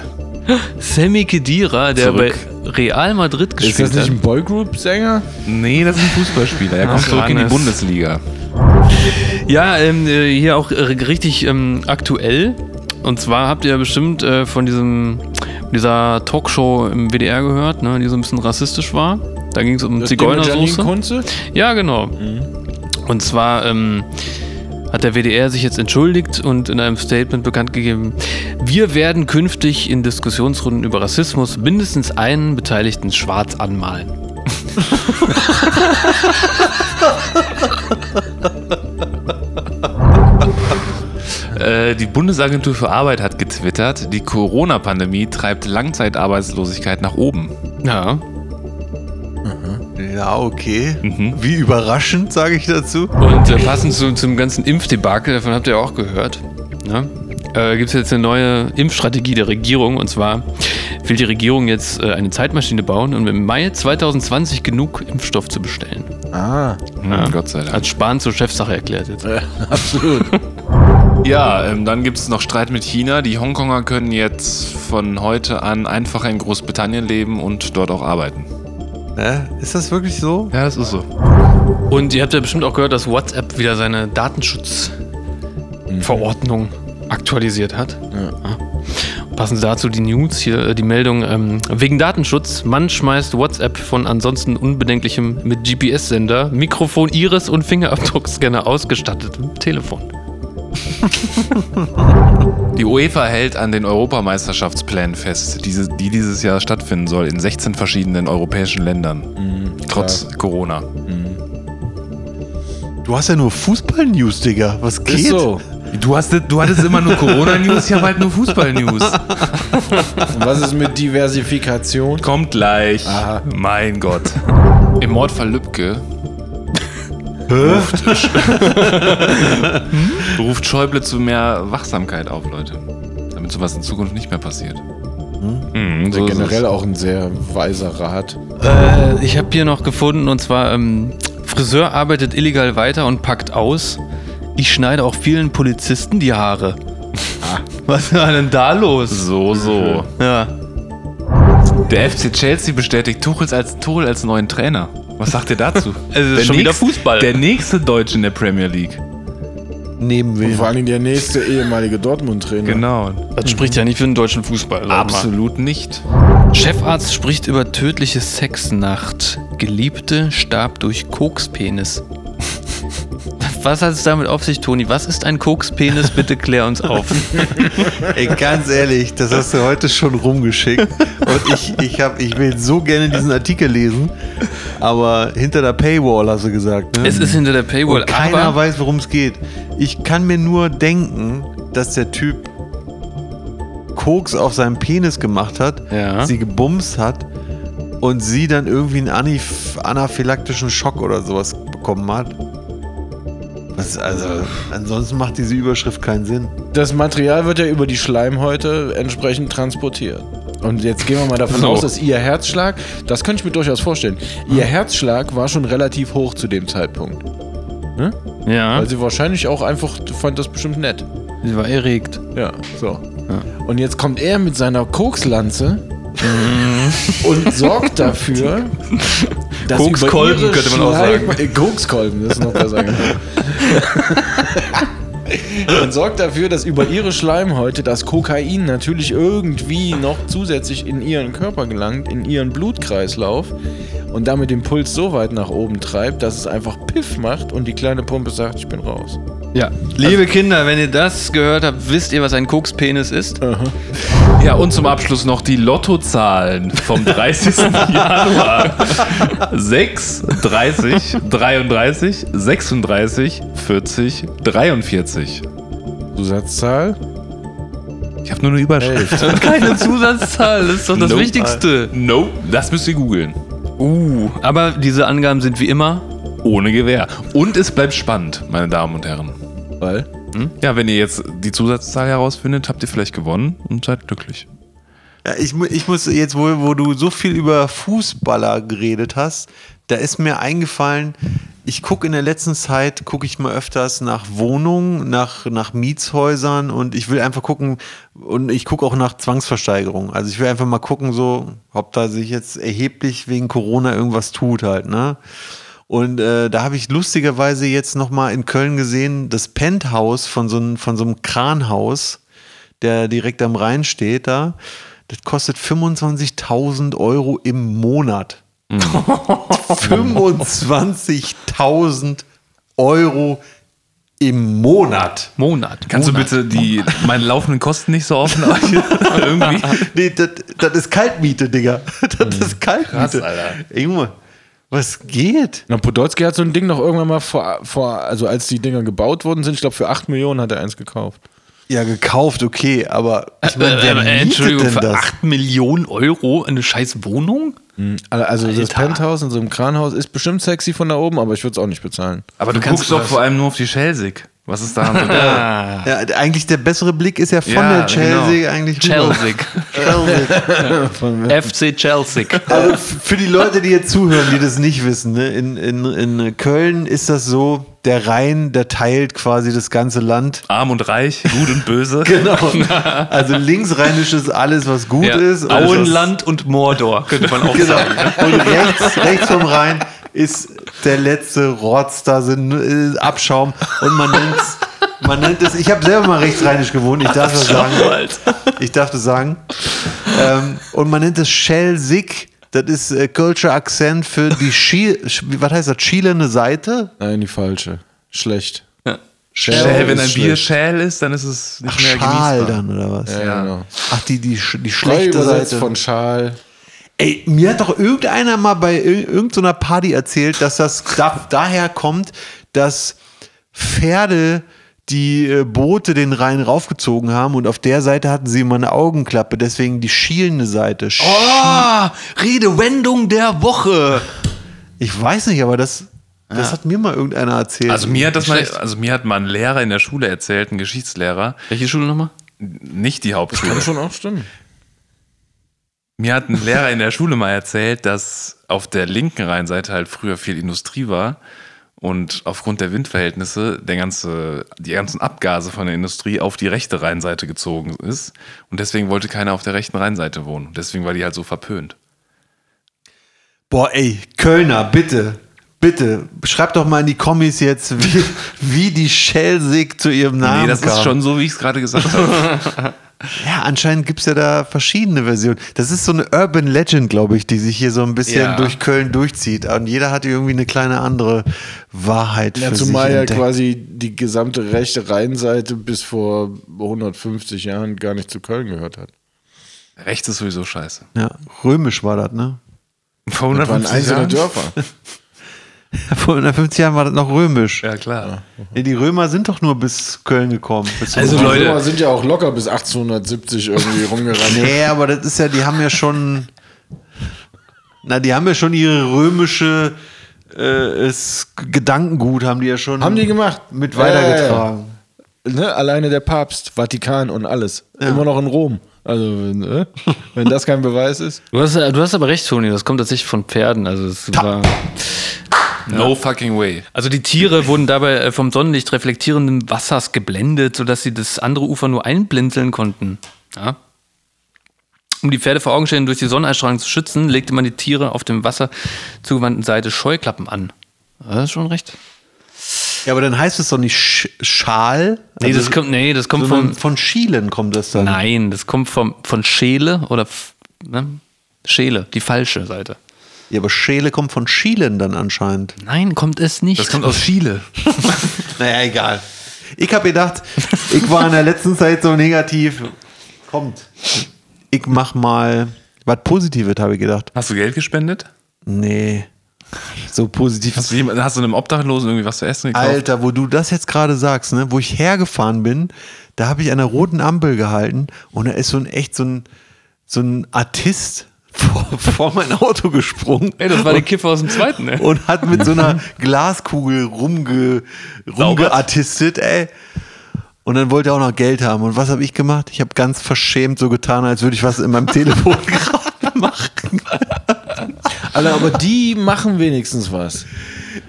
A: Sammy Kedira, der
E: Zurück.
A: bei Real Madrid
D: Ist
A: gespielt
D: das nicht
A: hat.
D: ein Boygroup-Sänger?
E: Nee, das ist ein Fußballspieler. Er kommt zurück in die
A: Hannes.
E: Bundesliga.
A: Ja, ähm, äh, hier auch äh, richtig ähm, aktuell. Und zwar habt ihr ja bestimmt äh, von diesem, dieser Talkshow im WDR gehört, ne, die so ein bisschen rassistisch war. Da ging es um Zigeunersoße.
D: Kunze?
A: Ja, genau. Und zwar ähm, hat der WDR sich jetzt entschuldigt und in einem Statement bekannt gegeben, wir werden künftig in Diskussionsrunden über Rassismus mindestens einen Beteiligten schwarz anmalen.
E: Äh, die Bundesagentur für Arbeit hat getwittert, die Corona-Pandemie treibt Langzeitarbeitslosigkeit nach oben.
A: Ja,
B: Ja, okay.
A: Mhm.
B: Wie überraschend, sage ich dazu.
A: Und äh, passend zu, zum ganzen Impfdebakel, davon habt ihr auch gehört, ne? äh, gibt es jetzt eine neue Impfstrategie der Regierung. Und zwar will die Regierung jetzt äh, eine Zeitmaschine bauen, um im Mai 2020 genug Impfstoff zu bestellen.
D: Ah,
E: Ja. Hm, Gott sei Dank.
A: Hat Spahn zur Chefsache erklärt jetzt.
D: absolut.
E: Ja, ähm, dann gibt es noch Streit mit China. Die Hongkonger können jetzt von heute an einfach in Großbritannien leben und dort auch arbeiten.
B: Äh, ist das wirklich so?
E: Ja, das ist so.
A: Und ihr habt ja bestimmt auch gehört, dass WhatsApp wieder seine Datenschutzverordnung aktualisiert hat. Ja. Passend dazu die News hier, äh, die Meldung ähm, wegen Datenschutz. Mann schmeißt WhatsApp von ansonsten unbedenklichem mit GPS-Sender, Mikrofon, Iris und Fingerabdruckscanner ausgestattetem Telefon.
E: Die UEFA hält an den Europameisterschaftsplänen fest, diese, die dieses Jahr stattfinden soll in 16 verschiedenen europäischen Ländern. trotz Corona.
B: Du hast ja nur Fußball-News, Digga. Was geht?
D: Ist so.
E: Du, hast, du hattest immer nur Corona-News, ich habe halt nur Fußball-News.
D: Und was ist mit Diversifikation?
E: Kommt gleich. Mein Gott. Im Mordfall Lübcke ruft, ruft Schäuble zu mehr Wachsamkeit auf, Leute. Damit sowas in Zukunft nicht mehr passiert. Mhm, so ist es.
D: Generell auch ein sehr weiser Rat.
A: Äh, ich habe hier noch gefunden und zwar ähm, Friseur arbeitet illegal weiter und packt aus. Ich schneide auch vielen Polizisten die Haare. Was war denn da los?
E: So, so.
A: Ja.
E: Der FC Chelsea bestätigt Tuchels als Tuchel als neuen Trainer. Was sagt ihr dazu?
A: Also, es ist
E: Der
A: schon wieder
E: nächste-
A: Fußball.
E: Der nächste Deutsche in der Premier League.
B: Neben
D: Und
B: wem?
D: vor allen Dingen der nächste ehemalige Dortmund-Trainer.
A: Ne?
E: Genau.
A: Das spricht ja nicht für den deutschen Fußball.
E: Absolut nicht.
A: Chefarzt spricht über tödliche Sexnacht. Geliebte starb durch Kokspenis. Was hat es damit auf sich, Toni? Was ist ein Kokspenis? Bitte klär uns auf.
B: Ey, ganz ehrlich, das hast du heute schon rumgeschickt. Und ich, ich, hab, ich will so gerne diesen Artikel lesen, aber hinter der Paywall hast du gesagt. Ne?
A: es ist hinter der Paywall,
B: Und keiner
A: aber
B: weiß, worum es geht. Ich kann mir nur denken, dass der Typ Koks auf seinem Penis gemacht hat,
A: Ja.
B: sie gebumst hat und sie dann irgendwie einen anif- anaphylaktischen Schock oder sowas bekommen hat. Was, also, ansonsten macht diese Überschrift keinen Sinn.
D: Das Material wird ja über die Schleimhäute entsprechend transportiert. Und jetzt gehen wir mal davon
A: So.
D: aus, dass ihr Herzschlag, das könnte ich mir durchaus vorstellen, ihr Herzschlag war schon relativ hoch zu dem Zeitpunkt.
A: ja,
D: Weil sie wahrscheinlich auch einfach fand das bestimmt nett.
A: sie war erregt.
D: Ja, so. Und jetzt kommt er mit seiner Kokslanze
E: Mhm.
D: und sorgt dafür, dass
E: Kokskolben
D: über ihre
E: könnte man auch
D: Schleim-
E: sagen.
D: Äh, Kokskolben, das ist noch besser. genau. Und sorgt dafür, dass über ihre Schleimhäute das Kokain natürlich irgendwie noch zusätzlich in ihren Körper gelangt, in ihren Blutkreislauf und damit den Puls so weit nach oben treibt, dass es einfach Piff macht und die kleine Pumpe sagt, ich bin raus.
A: Ja. Liebe Kinder, wenn ihr das gehört habt, wisst ihr, was ein Kokspenis ist?
E: Ja, und zum Abschluss noch die Lottozahlen vom 30. Januar. 6, 30, 33, 36, 40, 43.
D: Zusatzzahl?
E: Ich habe nur eine Überschrift.
A: Keine Zusatzzahl, das ist doch das
E: Nope.
A: Wichtigste.
E: Nope, das müsst ihr googeln.
A: Uh, aber diese Angaben sind wie immer
E: Ohne Gewehr. Und es bleibt spannend, meine Damen und Herren.
D: Weil?
E: Ja, wenn ihr jetzt die Zusatzzahl herausfindet, habt ihr vielleicht gewonnen und seid glücklich.
B: Ja, ich, mu- ich muss jetzt wohl, wo du so viel über Fußballer geredet hast, da ist mir eingefallen, ich gucke in der letzten Zeit, gucke ich mal öfters nach Wohnungen, nach, nach Mietshäusern und ich will einfach gucken und ich gucke auch nach Zwangsversteigerung. Also ich will einfach mal gucken, so, ob da sich jetzt erheblich wegen Corona irgendwas tut halt, ne? Und äh, da habe ich lustigerweise jetzt nochmal in Köln gesehen, das Penthouse von so, einem- von so einem Kranhaus, der direkt am Rhein steht da, das kostet 25.000 Euro im Monat.
A: Mhm.
B: 25.000 Euro im Monat.
A: Monat.
E: Kannst
A: Monat.
E: du bitte die, meine laufenden Kosten nicht so offen irgendwie?
B: Nee, das, das ist Kaltmiete, Digga. Das
A: Mhm.
B: ist Kaltmiete.
E: Alter.
B: Ey, Junge, was geht?
D: Na, Podolski hat so ein Ding noch irgendwann mal vor, vor also als die Dinger gebaut worden sind, ich glaube für 8 Millionen hat er eins gekauft.
B: Ja, gekauft, okay, aber ich meine,
A: Äh,
B: wer
A: äh,
B: mietet
A: Entschuldigung,
B: denn
A: für
B: das?
A: 8 Millionen Euro eine scheiß Wohnung?
D: Also das Penthouse in so einem Kranhaus ist bestimmt sexy von da oben, aber ich würde es auch nicht bezahlen.
E: Aber du, guckst doch vor allem nur auf die Schelsig. Was ist da? so geil?
B: Ja, eigentlich der bessere Blick ist ja von
E: Ja,
B: der Chelsea eigentlich rüber.
A: genau. Chelsea.
B: Chelsea.
A: FC Chelsea.
B: Also f- für die Leute, die jetzt zuhören, die das nicht wissen, ne? in, in, in Köln ist das so, der Rhein, der teilt quasi das ganze Land.
E: Arm und reich, gut und böse.
B: Genau. Also linksrheinisch ist alles, was gut
A: Ja.
B: ist. alles, was-
A: Auenland und Mordor, könnte man auch
B: Genau.
A: sagen.
B: Und rechts, rechts vom Rhein ist der letzte Rotz, da sind äh, Abschaum und man nennt's, man nennt es, ich habe selber mal rechtsrheinisch gewohnt, ich darf das sagen. Ich darf das sagen. Ähm, und man nennt es Shell Sick. Das ist äh, Culture Akzent für die Schi was heißt das? Chilene Seite?
D: Nein, die falsche. Schlecht.
E: Schäl, wenn ein
D: Genau, ist
E: Bier
D: schlecht.
E: schäl ist, dann ist es nicht mehr
B: Schal
E: genießbar.
B: dann oder was?
E: Ja. genau.
B: Ach, die, die, sch- die
D: Frei
B: schlechte
D: übersetzt
B: Seite.
D: von Schal.
B: Ey, mir hat doch irgendeiner mal bei ir- irgendeiner Party erzählt, dass das da, daher kommt, dass Pferde die äh, Boote den Rhein raufgezogen haben und auf der Seite hatten sie immer eine Augenklappe, deswegen die schielende Seite. Sch-
E: Oh!
A: Ah, Redewendung der Woche.
B: Ich weiß nicht, aber das, das hat mir mal irgendeiner erzählt.
E: Also mir hat das mal,
A: Schlecht.
E: also mir hat mal ein Lehrer in der Schule erzählt, ein Geschichtslehrer,
A: Welche Schule nochmal?
E: nicht die Hauptschule.
D: Kann schon auch stimmen.
E: Mir hat ein Lehrer in der Schule mal erzählt, dass auf der linken Rheinseite halt früher viel Industrie war und aufgrund der Windverhältnisse der ganze, die ganzen Abgase von der Industrie auf die rechte Rheinseite gezogen ist und deswegen wollte keiner auf der rechten Rheinseite wohnen. Und Deswegen war die halt so verpönt.
B: Boah, ey, Kölner, bitte, bitte, schreibt doch mal in die Kommis jetzt, wie, wie die Schelsig zu ihrem Namen
E: nee, das
B: kam.
E: ist schon so, wie ich es gerade gesagt habe.
B: Ja, anscheinend gibt es ja da verschiedene Versionen. Das ist so eine Urban Legend, glaube ich, die sich hier so ein bisschen
E: Ja.
B: durch Köln durchzieht. Und jeder hat irgendwie eine kleine andere Wahrheit für
D: Ja,
B: sich
D: zumal ja
B: entdeckt.
D: quasi die gesamte rechte Rheinseite bis vor 150 Jahren gar nicht zu Köln gehört hat.
E: Rechts ist sowieso scheiße.
B: Ja, römisch war das, ne?
E: Vor
D: Das waren
E: 150
D: einzelne
E: Jahren?
D: Dörfer.
B: Vor 150 Jahren war das noch römisch.
E: Ja, klar.
B: Nee, die Römer sind doch nur bis Köln gekommen. Bis zum
E: Also,
D: Die
B: Rhein.
E: Leute.
D: Römer sind ja auch locker bis 1870 irgendwie rumgerannt.
B: Nee, aber das ist ja, die haben ja schon. Na, die haben ja schon ihre römische äh, es, Gedankengut, haben die ja schon
D: Haben die gemacht.
B: mit
D: Ja, ja, ja.
B: weitergetragen.
D: Ne? Alleine der Papst, Vatikan und alles. Immer noch in Rom. Also, ne? wenn das kein Beweis ist.
A: Du hast, du hast aber recht, Toni, das kommt tatsächlich von Pferden. Also, es war,
E: No fucking way.
A: also die Tiere wurden dabei äh, vom Sonnenlicht reflektierenden Wassers geblendet, sodass sie das andere Ufer nur einblinzeln konnten. Ja? Um die Pferde vor Augenständen durch die Sonneneinstrahlung zu schützen, legte man die Tiere auf dem Wasser zugewandten Seite Scheuklappen an. Das ist schon recht.
B: Ja, aber dann heißt es doch nicht Sch Schal.
A: Nee,
B: also-
A: das kommt, nee, das kommt
B: Sondern
A: vom.
B: von Schielen kommt das dann.
A: Nein, das kommt vom, von Schäle oder F- ne? Schäle, die falsche Seite.
B: Ja, aber Schäle kommt von Schielen dann anscheinend.
A: Nein, kommt es nicht.
E: Das kommt aus Chile.
B: Naja, egal. Ich habe gedacht, ich war in der letzten Zeit so negativ. Kommt. Ich mach mal was Positives, habe ich gedacht.
E: Hast du Geld gespendet?
B: Nee. So positiv.
E: Hast du, jemand, hast du einem Obdachlosen irgendwie was zu essen gekauft?
B: Alter, wo du das jetzt gerade sagst, ne, wo ich hergefahren bin, da habe ich an der roten Ampel gehalten und da ist so ein echt so ein, so ein Artist vor, vor mein Auto gesprungen.
A: Ey, das war der Kiffer aus dem zweiten, ne? ey.
B: und hat mit so einer Glaskugel rumge, rumgeartistet, ey. Und dann wollte er auch noch Geld haben. Und was habe ich gemacht? Ich habe ganz verschämt so getan, als würde ich was in meinem Telefon gerade machen.
D: Alle, aber die machen wenigstens was.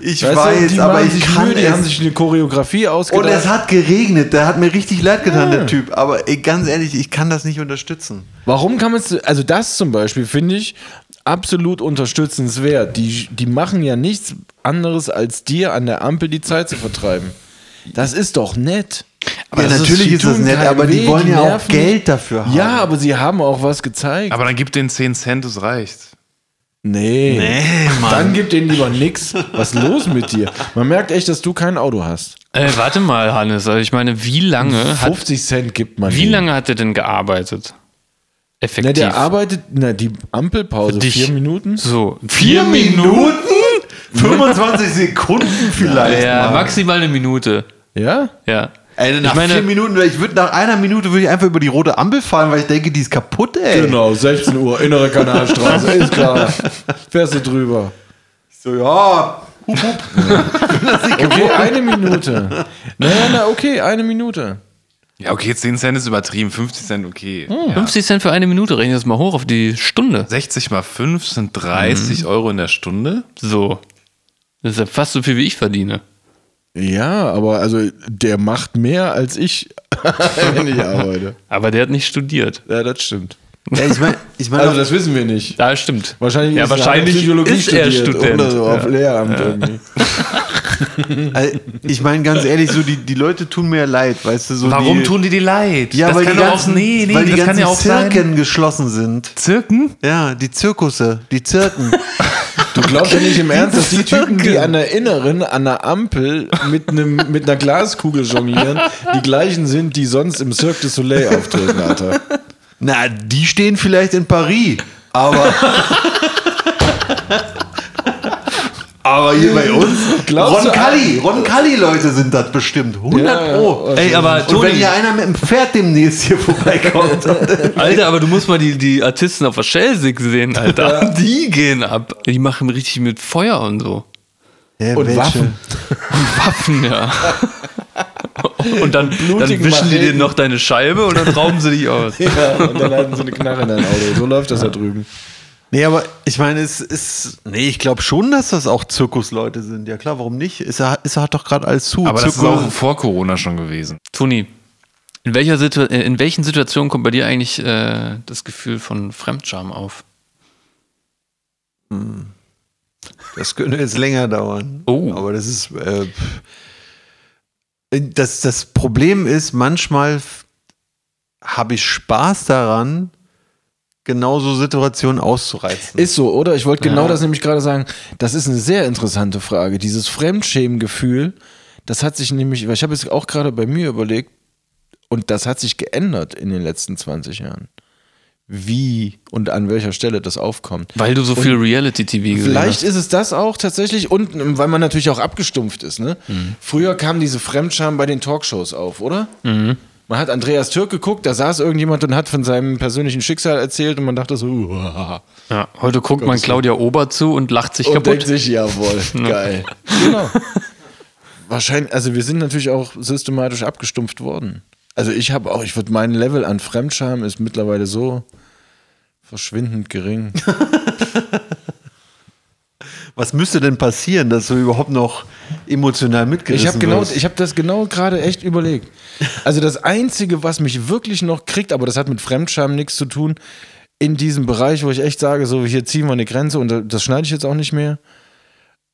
B: Ich
D: Weißt du,
B: weiß,
D: die
B: aber
D: machen
B: ich
D: sich
B: kann
D: Mühe, die haben
B: es.
D: sich eine Choreografie ausgedacht.
B: Und
E: Genau.
B: es hat geregnet. Da hat mir richtig leid getan, der Typ. Aber ey, ganz ehrlich, ich kann das nicht unterstützen.
D: Warum kann man es, also das zum Beispiel finde ich absolut unterstützenswert. Die, die machen ja nichts anderes, als dir an der Ampel die Zeit zu vertreiben. Das ist doch nett.
B: Ja,
A: das ist-
B: natürlich
D: die
B: ist das
D: tun
B: nett,
D: keinen
B: aber die
D: weh,
B: wollen ja auch
D: nerven
B: Geld
D: nicht.
B: dafür haben.
D: Ja, aber sie haben auch was gezeigt.
E: Aber dann gib den 10 Cent, das reicht.
D: nee.
B: Nee, Mann.
D: Dann gib denen lieber nix. Was ist los mit dir? Man merkt echt, dass du kein Auto hast.
A: Äh, warte mal, Hannes. Also ich meine, wie lange hat,
D: 50 Cent gibt man
A: wie
D: denen.
A: lange hat er denn gearbeitet? Effektiv.
D: Na, der arbeitet, na, die Ampelpause,
A: Dich.
D: vier Minuten.
A: so,
B: Vier Minuten? 25 Sekunden vielleicht.
A: Ja,
B: mal.
A: maximal eine Minute.
D: Ja?
A: Ja.
B: Ey, nach
A: ich meine,
B: vier Minuten, ich würde nach einer Minute würde ich einfach über die rote Ampel fahren, weil ich denke, die ist kaputt, ey.
D: Genau, 16 Uhr, innere Kanalstraße, ist klar. Fährst du drüber.
B: So, ja, hup, hup.
D: Okay, eine Minute. Naja, na, okay, eine Minute.
E: Ja, okay, 10 Cent ist übertrieben, 50 Cent okay. Ja.
A: 50 Cent für eine Minute, rechnen wir das mal hoch auf die Stunde.
E: 60 mal 5 sind 30 Euro in der Stunde.
A: So. Das ist ja fast so viel, wie ich verdiene.
D: Ja, aber also der macht mehr als ich, wenn ich arbeite.
A: Aber der hat nicht studiert.
D: Ja, das stimmt.
B: Ja, ich meine, ich mein
D: Also das wissen wir nicht.
A: Ja, stimmt.
D: Wahrscheinlich
A: ja,
D: ist er- hat
A: wahrscheinlich
D: Psychologie
A: ist er
D: studiert
A: Student.
D: Oder so, auf
A: ja.
D: Lehramt irgendwie.
B: Äh, Ich meine ganz ehrlich, so die, die Leute tun mir ja leid, weißt du, so
E: Warum
B: die,
E: tun die die leid?
B: ja,
E: das
B: weil
E: kann
B: die
E: doch
B: ganzen,
E: auch, nee, nee,
B: weil die
E: das kann
B: ganzen
E: ja auch
B: Zirken
E: sein.
B: geschlossen sind.
E: Zirken?
B: Ja, die Zirkusse, die Zirken.
D: Du glaubst ja nicht im Ernst, dass die Typen, die an der Inneren, an der Ampel mit, einem, mit einer Glaskugel jonglieren, die gleichen sind, die sonst im Cirque du Soleil auftreten, Alter.
B: Na, die stehen vielleicht in Paris, aber. aber hier bei uns.
D: Glaubst du,
B: Roncalli, Roncalli-Leute sind das bestimmt. 100
D: Ja,
B: Pro.
D: ja,
A: Ey, aber
B: Und wenn
A: Toni,
B: hier einer mit dem Pferd demnächst hier vorbeikommt.
A: Alter, aber du musst mal die, die Artisten auf der Schelsig sehen, Alter. Die gehen ab. Die machen richtig mit Feuer und so.
B: Hä,
D: Und
B: welche?
D: Waffen.
A: Waffen, ja. Und dann, dann
D: blutigen
A: wischen die dir
D: Macheten.
A: noch deine Scheibe und dann rauben sie dich aus.
D: Ja, und dann halten sie eine Knarre in dein Auto. So läuft das da drüben.
B: Nee, aber ich meine, es ist. Nee, ich glaube schon, dass das auch Zirkusleute sind. Ja, klar, warum nicht? Ist er, ist er hat doch gerade alles zu.
E: Aber das ist
B: Zirkus-
E: auch vor Corona schon gewesen.
A: Toni, in, welcher Situ äh, in welchen Situationen kommt bei dir eigentlich äh, das Gefühl von Fremdscham auf?
B: Das könnte jetzt länger dauern.
A: Oh.
B: Aber das ist. Äh, pff. das, das Problem ist, manchmal f- habe ich Spaß daran, genau so Situationen auszureizen.
D: Ist so, oder? Ich wollte genau das nämlich gerade sagen. Das ist eine sehr interessante Frage. Dieses Fremdschämengefühl, das hat sich nämlich, weil ich habe es auch gerade bei mir überlegt, und das hat sich geändert in den letzten 20 Jahren. Wie und an welcher Stelle das aufkommt.
A: Weil du so viel Reality-TV gesehen hast.
D: Vielleicht ist es das auch tatsächlich und ähm, weil man natürlich auch abgestumpft ist. Ne? Früher kam diese Fremdscham bei den Talkshows auf, oder? Man hat Andreas Türk geguckt, da saß irgendjemand und hat von seinem persönlichen Schicksal erzählt und man dachte so, uah.
A: Ja, heute guckt man Claudia Ober zu und lacht sich
D: und denkt
A: kaputt.
D: sich, jawohl, geil. genau. Wahrscheinlich, also wir sind natürlich auch systematisch abgestumpft worden. Also ich habe auch, ich würde mein Level an Fremdscham ist mittlerweile so verschwindend gering.
B: Was müsste denn passieren, dass du überhaupt noch emotional mitgerissen
D: Ich habe genau,
B: wirst?
D: ich habe das genau gerade echt überlegt. Also das einzige, was mich wirklich noch kriegt, aber das hat mit Fremdscham nichts zu tun, in diesem Bereich, wo ich echt sage, so hier ziehen wir eine Grenze und das schneide ich jetzt auch nicht mehr.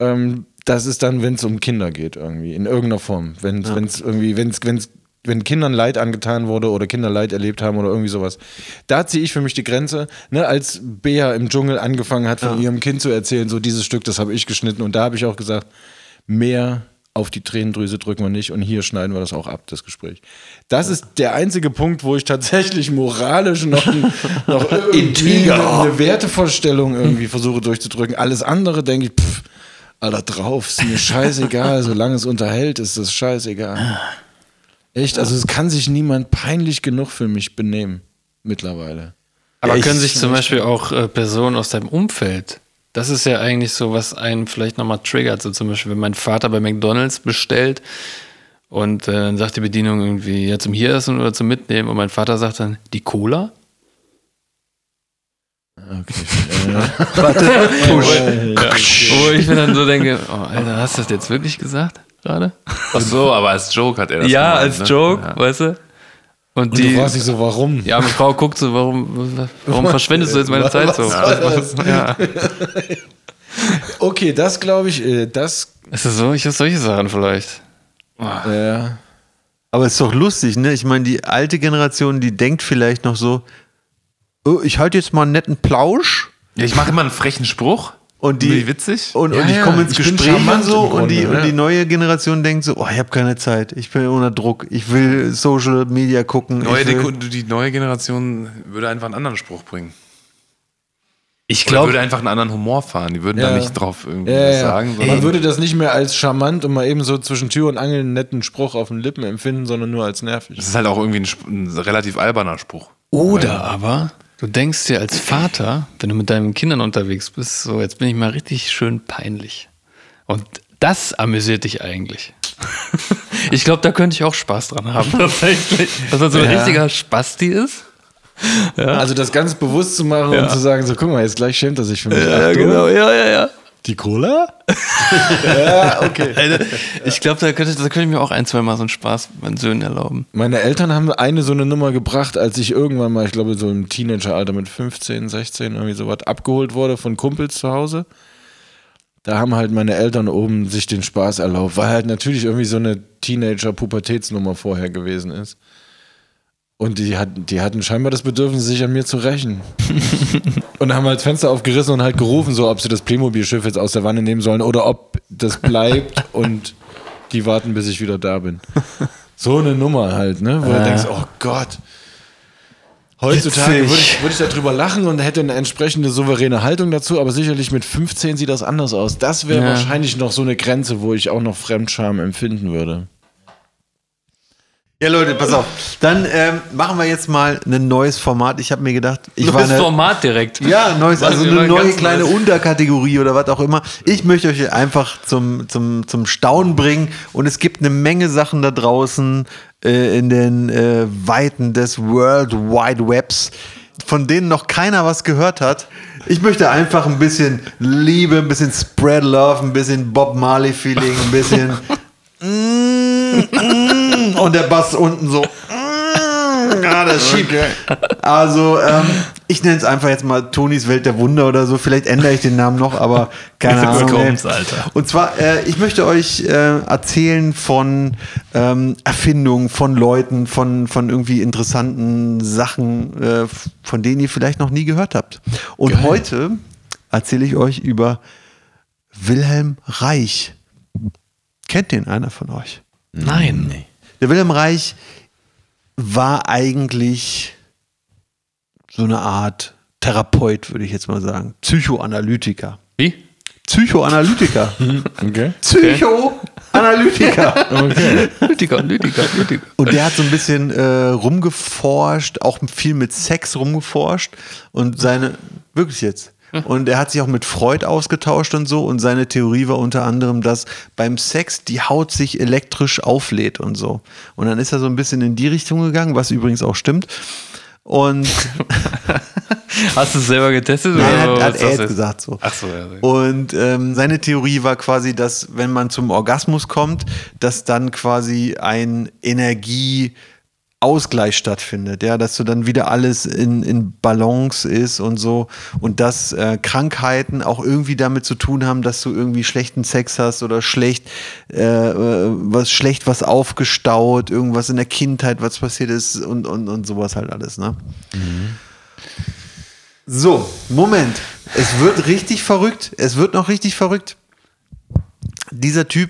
D: Ähm, das ist dann, wenn es um Kinder geht irgendwie in irgendeiner Form, wenn es irgendwie, wenn es wenn wenn Kindern Leid angetan wurde oder Kinder Leid erlebt haben oder irgendwie sowas. Da ziehe ich für mich die Grenze. Ne, als Bea im Dschungel angefangen hat, von ihrem Kind zu erzählen, so dieses Stück, das habe ich geschnitten. Und da habe ich auch gesagt, mehr auf die Tränendrüse drücken wir nicht und hier schneiden wir das auch ab, das Gespräch. Das ist der einzige Punkt, wo ich tatsächlich moralisch noch, noch irgendwie eine, eine Wertevorstellung irgendwie versuche durchzudrücken. Alles andere denke ich, pff, Alter, drauf, ist mir scheißegal, solange es unterhält, ist das scheißegal. Echt, also es kann sich niemand peinlich genug für mich benehmen, mittlerweile.
A: Aber
B: Ja, ich-
A: können sich zum Beispiel auch äh, Personen aus deinem Umfeld. Das ist ja eigentlich so, was einen vielleicht nochmal triggert. So zum Beispiel, wenn mein Vater bei McDonalds bestellt und äh, dann sagt die Bedienung irgendwie, ja, zum Hieressen oder zum Mitnehmen. Und mein Vater sagt dann, die Cola? Ah, Wo ich mir dann so denke, oh, Alter, hast du das jetzt wirklich gesagt gerade?
E: Ach so, aber als Joke hat er das
A: ja,
E: gemeint,
A: als
E: ne?
A: Joke,
E: Ja.
A: weißt du? Und,
D: Und
A: die,
D: du fragst dich so, warum?
A: ja, meine Frau guckt so, warum, warum verschwendest du jetzt meine
D: Was
A: Zeit so?
D: soll das?
A: Ja.
D: Okay, das glaube ich, äh, das,
A: Ist das so? Ich habe solche Sachen vielleicht. Ah,
D: ja.
B: Aber es ist doch lustig, ne? Ich meine, die alte Generation, die denkt vielleicht noch so, oh, ich halte jetzt mal einen netten Plausch
E: Ja, ich mache immer einen frechen Spruch.
B: und die Oh,
E: Wie witzig.
B: und,
D: Ja,
B: und ich
D: ja,
B: komme ins
D: ich bin
B: Gespräch und
D: charmant
B: so
D: im
B: und die,
D: Grunde,
B: und die neue Generation denkt so, oh, ich habe keine Zeit, ich bin unter Druck, ich will Social Media gucken.
E: Neue
B: ich will,
E: Deko- die neue Generation würde einfach einen anderen Spruch bringen.
A: Ich
E: Oder
A: glaube,
E: würde einfach einen anderen Humor fahren. Die würden da
D: Ja.
E: nicht drauf irgendwie
D: Ja,
E: was
D: ja.
E: sagen.
D: Man
E: sondern-
D: würde das nicht mehr als charmant und mal eben so zwischen Tür und Angel einen netten Spruch auf den Lippen empfinden, sondern nur als nervig.
E: das ist halt auch irgendwie ein, Sp- ein relativ alberner Spruch.
A: Oder aber du denkst dir als Vater, wenn du mit deinen Kindern unterwegs bist, so jetzt bin ich mal richtig schön peinlich. Und das amüsiert dich eigentlich. Ich glaube, da könnte ich auch Spaß dran haben, tatsächlich. Dass man so ein richtiger Spasti ist. genau.
D: Also das ganz bewusst zu machen und zu sagen, so guck mal, jetzt gleich schämt er sich für mich. Ja,
A: ja, ja, ja.
D: Die Cola?
A: Alter, ich glaube, da könnte, da könnte ich mir auch ein, zweimal so einen Spaß meinen Söhnen erlauben.
D: Meine Eltern haben eine so eine Nummer gebracht, als ich irgendwann mal, ich glaube, so im Teenageralter mit 15, 16, irgendwie sowas, abgeholt wurde von Kumpels zu Hause. Da haben halt meine Eltern oben sich den Spaß erlaubt, weil halt natürlich irgendwie so eine Teenager-Pubertätsnummer vorher gewesen ist. Und die, hat, die hatten scheinbar das Bedürfnis, sich an mir zu rächen. und haben halt das Fenster aufgerissen und halt gerufen, so ob sie das Playmobil-Schiff jetzt aus der Wanne nehmen sollen oder ob das bleibt und die warten, bis ich wieder da bin. So eine Nummer halt, ne? Wo du denkst, oh Gott. Heutzutage
A: Witzig.
D: würde ich, würd ich darüber lachen und hätte eine entsprechende souveräne Haltung dazu, aber sicherlich mit 15 sieht das anders aus. Das wäre
A: Ja.
D: wahrscheinlich noch so eine Grenze, wo ich auch noch Fremdscham empfinden würde.
B: Ja, Leute, pass auf. Dann ähm, machen wir jetzt mal ein neues Format. Ich habe mir gedacht, ich war
A: Neues
B: eine,
A: Format direkt.
B: Ja, neues, also
A: wir
B: eine
A: waren
B: neue
A: ganz
B: kleine
A: neues.
B: Unterkategorie oder was auch immer. Ich möchte euch einfach zum, zum, zum Staunen bringen und es gibt eine Menge Sachen da draußen äh, in den äh, Weiten des World Wide Webs, von denen noch keiner was gehört hat. Ich möchte einfach ein bisschen Liebe, ein bisschen Spread Love, ein bisschen Bob Marley Feeling, ein bisschen mm, mm, und der Bass unten so. mm, Ja, das schiebt. Also, ähm, ich nenne es einfach jetzt mal Tonis Welt der Wunder oder so. Vielleicht ändere ich den Namen noch, aber keine
E: Jetzt
B: Ahnung.
E: kommt's,
B: ey.
E: Alter.
B: Und zwar, äh, ich möchte euch äh, erzählen von ähm, Erfindungen, von Leuten, von, von irgendwie interessanten Sachen, äh, von denen ihr vielleicht noch nie gehört habt. Und heute erzähle ich euch über Wilhelm Reich. Kennt den einer von euch?
A: Nein.
B: Der Wilhelm Reich war eigentlich so eine Art Therapeut, würde ich jetzt mal sagen. Psychoanalytiker.
A: Wie?
B: Psychoanalytiker.
D: Okay.
B: Psychoanalytiker.
A: Lütiger, Lütiger, Lütiger.
B: Und der hat so ein bisschen äh, rumgeforscht, auch viel mit Sex rumgeforscht und seine, wirklich jetzt. Und er hat sich auch mit Freud ausgetauscht und so. Und seine Theorie war unter anderem, dass beim Sex die Haut sich elektrisch auflädt und so. Und dann ist er so ein bisschen in die Richtung gegangen, was übrigens auch stimmt. Und
A: Hast du es selber getestet?
B: Nein,
A: oder
B: hat,
A: was
B: hat
A: ist das
B: er jetzt
A: jetzt?
B: gesagt so.
E: Ach so, ja.
B: Und ähm, seine Theorie war quasi, dass wenn man zum Orgasmus kommt, dass dann quasi ein Energieausgleich stattfindet, ja, dass du dann wieder alles in, in Balance ist und so und dass äh, Krankheiten auch irgendwie damit zu tun haben, dass du irgendwie schlechten Sex hast oder schlecht äh, äh, was schlecht was aufgestaut, irgendwas in der Kindheit, was passiert ist und und, und sowas halt alles, ne? So, Moment. Es wird richtig verrückt. Es wird noch richtig verrückt. Dieser Typ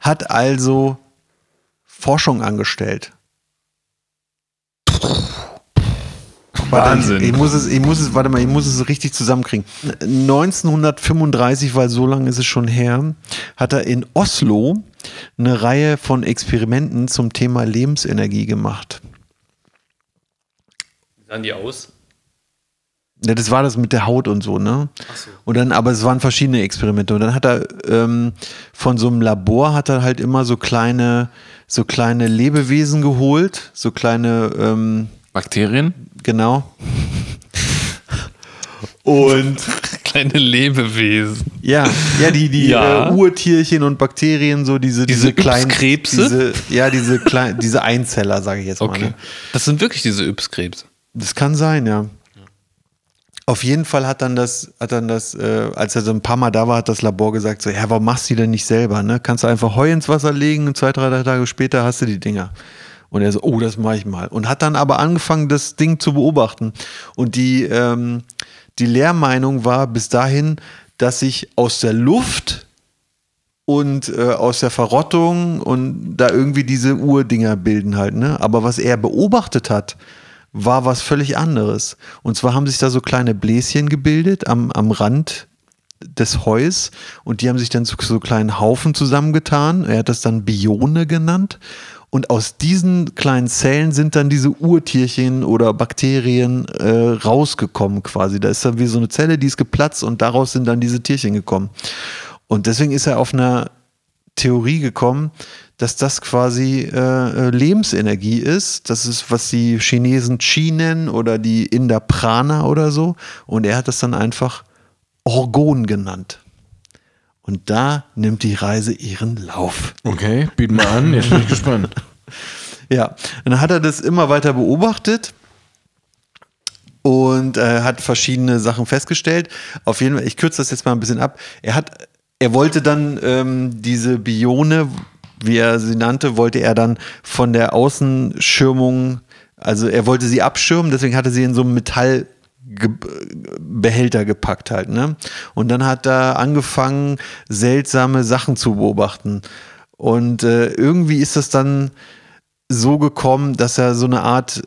B: hat also Forschung angestellt.
E: Wahnsinn.
B: Ich muss es, ich muss es, warte mal, ich muss es richtig zusammenkriegen. 1935, weil so lange ist es schon her, hat er in Oslo eine Reihe von Experimenten zum Thema Lebensenergie gemacht.
A: Sahen die aus?
B: Ja, das war das mit der Haut und so, ne? Und dann, aber es waren verschiedene Experimente. Und dann hat er ähm, von so einem Labor hat er halt immer so kleine, so kleine Lebewesen geholt, so kleine, ähm,
E: Bakterien?
B: genau. Und
A: Kleine Lebewesen.
B: ja, ja, die, die
A: Ja.
B: Äh, Urtierchen und Bakterien, so diese, diese,
A: Diese Yps-Krebse?
B: diese, ja, diese kleinen, diese Einzeller, sage ich jetzt mal.
A: Okay.
B: Ne?
A: Das sind wirklich diese Yps-Krebs.
B: Das kann sein, ja. Auf jeden Fall hat dann das, hat dann das, äh, als er so ein paar Mal da war, hat das Labor gesagt, so, ja, warum machst du die denn nicht selber? Ne? Kannst du einfach Heu ins Wasser legen und zwei, drei Tage später hast du die Dinger. Und er so, oh, das mache ich mal. Und hat dann aber angefangen, das Ding zu beobachten. Und die, ähm, die Lehrmeinung war bis dahin, dass sich aus der Luft und äh, aus der Verrottung und da irgendwie diese Urdinger bilden halt, ne? Aber was er beobachtet hat, war was völlig anderes. Und zwar haben sich da so kleine Bläschen gebildet am, am Rand des Heus und die haben sich dann zu so kleinen Haufen zusammengetan. Er hat das dann Bione genannt. Und aus diesen kleinen Zellen sind dann diese Urtierchen oder Bakterien äh, rausgekommen quasi. Da ist dann wie so eine Zelle, die ist geplatzt und daraus sind dann diese Tierchen gekommen. Und deswegen ist er auf einer Theorie gekommen, dass das quasi äh, äh, Lebensenergie ist. Das ist, was die Chinesen Qi nennen oder die Inder Prana oder so. Und er hat das dann einfach Orgon genannt. Und da nimmt die Reise ihren Lauf.
D: Okay, biet mal an, jetzt bin ich gespannt.
B: Ja, dann hat er das immer weiter beobachtet und äh, hat verschiedene Sachen festgestellt. Auf jeden Fall, ich kürze das jetzt mal ein bisschen ab. Er hat, er wollte dann ähm, diese Bione, wie er sie nannte, wollte er dann von der Außenschirmung, also er wollte sie abschirmen, deswegen hatte sie in so einem Metall Ge- Behälter gepackt halt, ne? Und dann hat er angefangen, seltsame Sachen zu beobachten. Und äh, irgendwie ist das dann so gekommen, dass er so eine Art,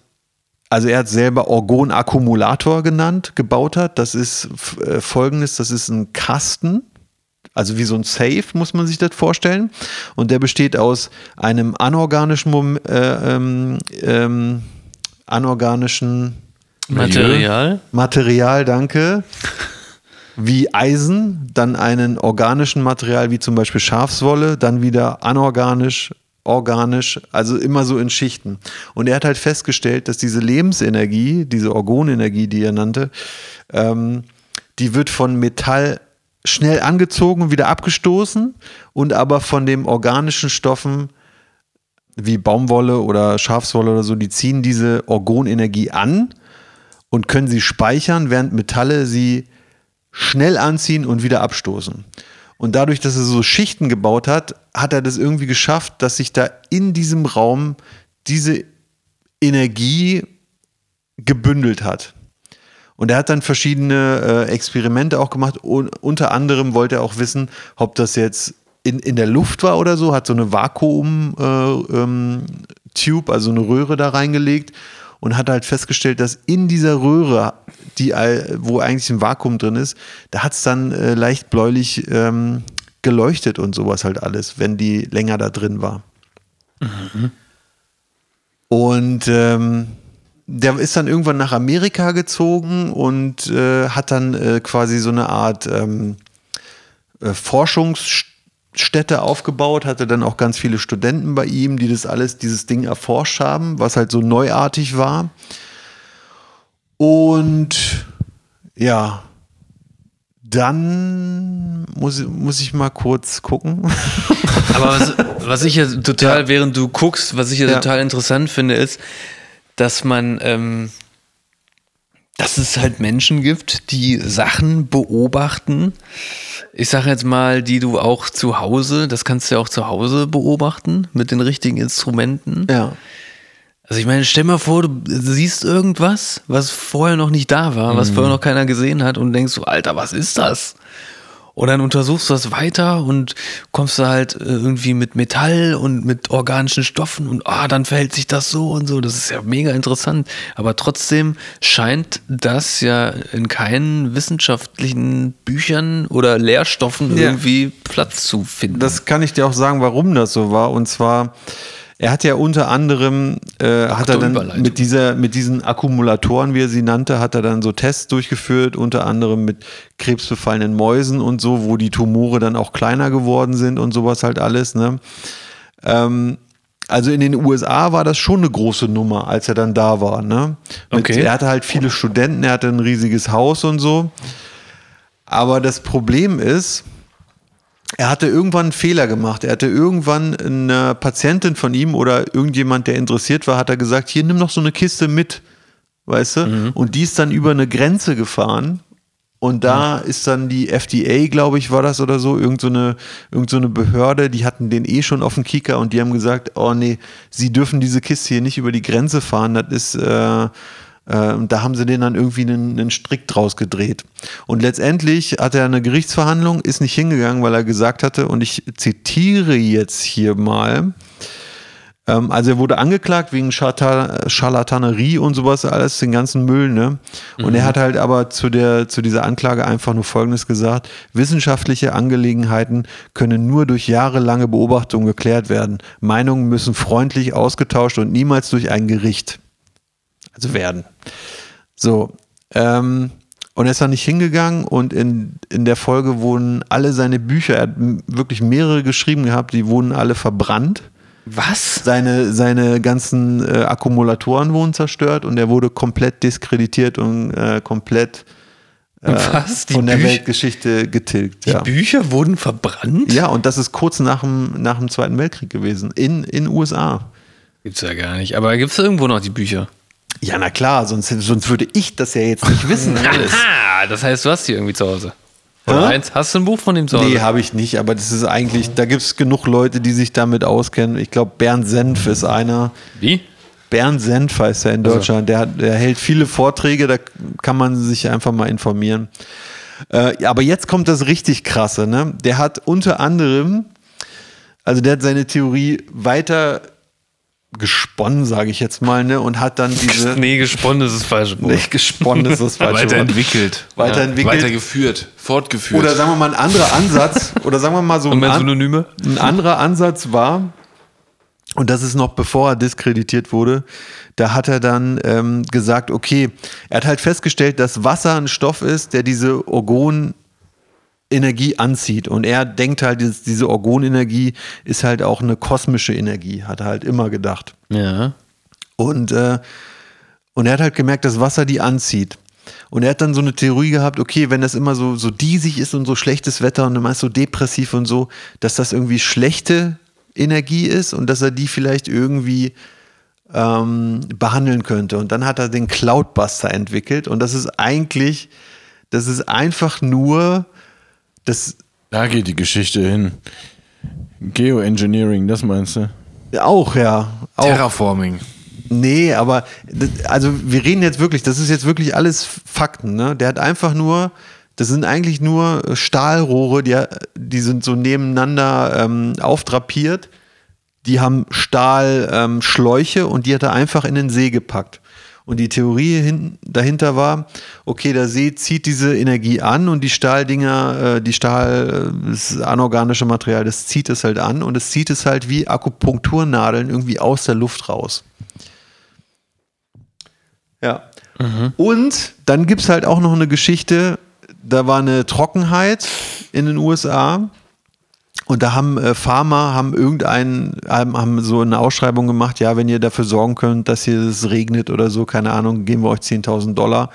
B: also er hat selber Orgon-Akkumulator genannt, gebaut hat. Das ist f- äh, folgendes: Das ist ein Kasten, also wie so ein Safe, muss man sich das vorstellen. Und der besteht aus einem anorganischen, Mom äh, ähm, ähm, anorganischen
A: Material?
B: Material, danke. Wie Eisen, dann einen organischen Material wie zum Beispiel Schafswolle, dann wieder anorganisch, organisch, also immer so in Schichten. Und er hat halt festgestellt, dass diese Lebensenergie, diese Orgonenergie, die er nannte, ähm, die wird von Metall schnell angezogen und wieder abgestoßen und aber von den organischen Stoffen wie Baumwolle oder Schafswolle oder so, die ziehen diese Orgonenergie an und können sie speichern, während Metalle sie schnell anziehen und wieder abstoßen. Und dadurch, dass er so Schichten gebaut hat, hat er das irgendwie geschafft, dass sich da in diesem Raum diese Energie gebündelt hat. Und er hat dann verschiedene äh, Experimente auch gemacht. Un unter anderem wollte er auch wissen, ob das jetzt in, in der Luft war oder so, hat so eine Vakuum-Tube, äh, ähm, Tube, also eine Röhre da reingelegt und hat halt festgestellt, dass in dieser Röhre, die, all- wo eigentlich ein Vakuum drin ist, da hat es dann äh, leicht bläulich ähm, geleuchtet und sowas halt alles, wenn die länger da drin war. Und ähm, der ist dann irgendwann nach Amerika gezogen und äh, hat dann äh, quasi so eine Art ähm, äh, Forschungsstätte aufgebaut, hatte dann auch ganz viele Studenten bei ihm, die das alles, dieses Ding erforscht haben, was halt so neuartig war. Und ja, dann muss, muss ich mal kurz gucken.
A: Aber was, was ich ja total, während du guckst, was ich ja,
B: Ja.
A: total interessant finde, ist, dass man, ähm, dass es halt Menschen gibt, die Sachen beobachten. Ich sage jetzt mal, die du auch zu Hause, das kannst du ja auch zu Hause beobachten mit den richtigen Instrumenten.
B: ja.
A: Also ich meine, stell mal vor, du siehst irgendwas, was vorher noch nicht da war,
B: Mhm.
A: was vorher noch keiner gesehen hat und denkst so, Alter, was ist das? Und dann untersuchst du das weiter und kommst da halt äh, irgendwie mit Metall und mit organischen Stoffen und ah, dann verhält sich das so und so. Das ist ja mega interessant. Aber trotzdem scheint das ja in keinen wissenschaftlichen Büchern oder Lehrstoffen
B: Ja.
A: irgendwie Platz zu finden.
B: das kann ich dir auch sagen, warum das so war. Und zwar, er hat ja unter anderem, äh, hat er dann
A: Überleitung.
B: mit, dieser, mit diesen Akkumulatoren, wie er sie nannte, hat er dann so Tests durchgeführt, unter anderem mit krebsbefallenen Mäusen und so, wo die Tumore dann auch kleiner geworden sind und sowas halt alles. Ne? Ähm, also in den USA war das schon eine große Nummer, als er dann da war. Ne? Mit,
A: Okay.
B: Er hatte halt viele Studenten, er hatte ein riesiges Haus und so. Aber das Problem ist, er hatte irgendwann einen Fehler gemacht. Er hatte irgendwann eine Patientin von ihm oder irgendjemand, der interessiert war, hat er gesagt, hier nimm noch so eine Kiste mit, weißt du? Und die ist dann über eine Grenze gefahren. Und da ist dann die FDA, glaube ich, war das oder so, irgend so, eine, irgend so eine Behörde, die hatten den eh schon auf dem Kicker und die haben gesagt, oh nee, sie dürfen diese Kiste hier nicht über die Grenze fahren, das ist, äh, äh, und da haben sie den dann irgendwie einen, einen Strick draus gedreht. Und letztendlich hat er eine Gerichtsverhandlung, ist nicht hingegangen, weil er gesagt hatte, und ich zitiere jetzt hier mal, ähm, also er wurde angeklagt wegen Scharta- Scharlatanerie und sowas, alles den ganzen Müll, ne? Und er hat halt aber zu, der, zu dieser Anklage einfach nur Folgendes gesagt. Wissenschaftliche Angelegenheiten können nur durch jahrelange Beobachtung geklärt werden. Meinungen müssen freundlich ausgetauscht und niemals durch ein Gericht. Also werden. So. Ähm, und er ist dann nicht hingegangen und in, in der Folge wurden alle seine Bücher, er hat m- wirklich mehrere geschrieben gehabt, die wurden alle verbrannt
A: Was?
B: seine, seine ganzen äh, Akkumulatoren wurden zerstört und er wurde komplett diskreditiert und äh, komplett
A: Was? Die
B: von der
A: Büch-
B: Weltgeschichte getilgt. Ja.
A: Bücher wurden verbrannt?
B: ja, und das ist kurz nach dem, nach dem Zweiten Weltkrieg gewesen, in in USA.
A: Gibt's ja gar nicht. Aber gibt's irgendwo noch die Bücher?
B: Ja, na klar, sonst, sonst würde ich das ja jetzt nicht wissen alles.
A: Aha, das heißt, du hast die irgendwie zu Hause. Oder
B: Hä?
A: eins, hast du ein Buch von dem zu Hause?
B: Nee, habe ich nicht, aber das ist eigentlich, da gibt es genug Leute, die sich damit auskennen. Ich glaube, Bernd Senf ist einer.
A: Wie?
B: Bernd Senf heißt er in Deutschland. Der, hat- der hält viele Vorträge, da kann man sich einfach mal informieren. Äh, aber jetzt kommt das richtig krasse, ne? Der hat unter anderem, also der hat seine Theorie weiter gesponnen, sage ich jetzt mal, ne? Und hat dann diese.
A: Nee, gesponnen ist das falsche Buch.
B: Nicht gesponnen ist das falsche Wort.
E: Weiterentwickelt.
B: Weiterentwickelt.
E: Weitergeführt. Fortgeführt.
B: Oder sagen wir mal ein anderer Ansatz, oder sagen wir mal so
A: Und
B: ein
A: mehr
B: an-
A: Synonyme?
B: ein anderer Ansatz war, und das ist noch bevor er diskreditiert wurde, da hat er dann ähm, gesagt, okay, er hat halt festgestellt, dass Wasser ein Stoff ist, der diese Orgon Energie anzieht. Und er denkt halt, dieses- diese Orgonenergie ist halt auch eine kosmische Energie, hat er halt immer gedacht.
A: Ja.
B: Und, äh, und er hat halt gemerkt, dass Wasser die anzieht. Und er hat dann so eine Theorie gehabt, okay, wenn das immer so, so diesig ist und so schlechtes Wetter und immer so depressiv und so, dass das irgendwie schlechte Energie ist und dass er die vielleicht irgendwie ähm, behandeln könnte. Und dann hat er den Cloudbuster entwickelt und das ist eigentlich, das ist einfach nur, das
D: Da geht die Geschichte hin. Geoengineering, das meinst du?
B: auch, ja. Auch,
E: Terraforming.
B: Nee, aber das- also wir reden jetzt wirklich, das ist jetzt wirklich alles Fakten, ne? Der hat einfach nur, das sind eigentlich nur Stahlrohre, die, die sind so nebeneinander ähm, aufdrapiert. Die haben Stahlschläuche ähm, Schläuche und die hat er einfach in den See gepackt. Und die Theorie hin, dahinter war, okay, der See zieht diese Energie an und die Stahldinger, äh, die Stahl, äh, das anorganische Material, das zieht es halt an und es zieht es halt wie Akupunkturnadeln irgendwie aus der Luft raus. Ja. Und dann gibt es halt auch noch eine Geschichte, da war eine Trockenheit in den USA und da haben äh, Farmer haben irgendeinen, haben, haben so eine Ausschreibung gemacht, ja, wenn ihr dafür sorgen könnt, dass hier es regnet oder so, keine Ahnung, geben wir euch 10.000 Dollar.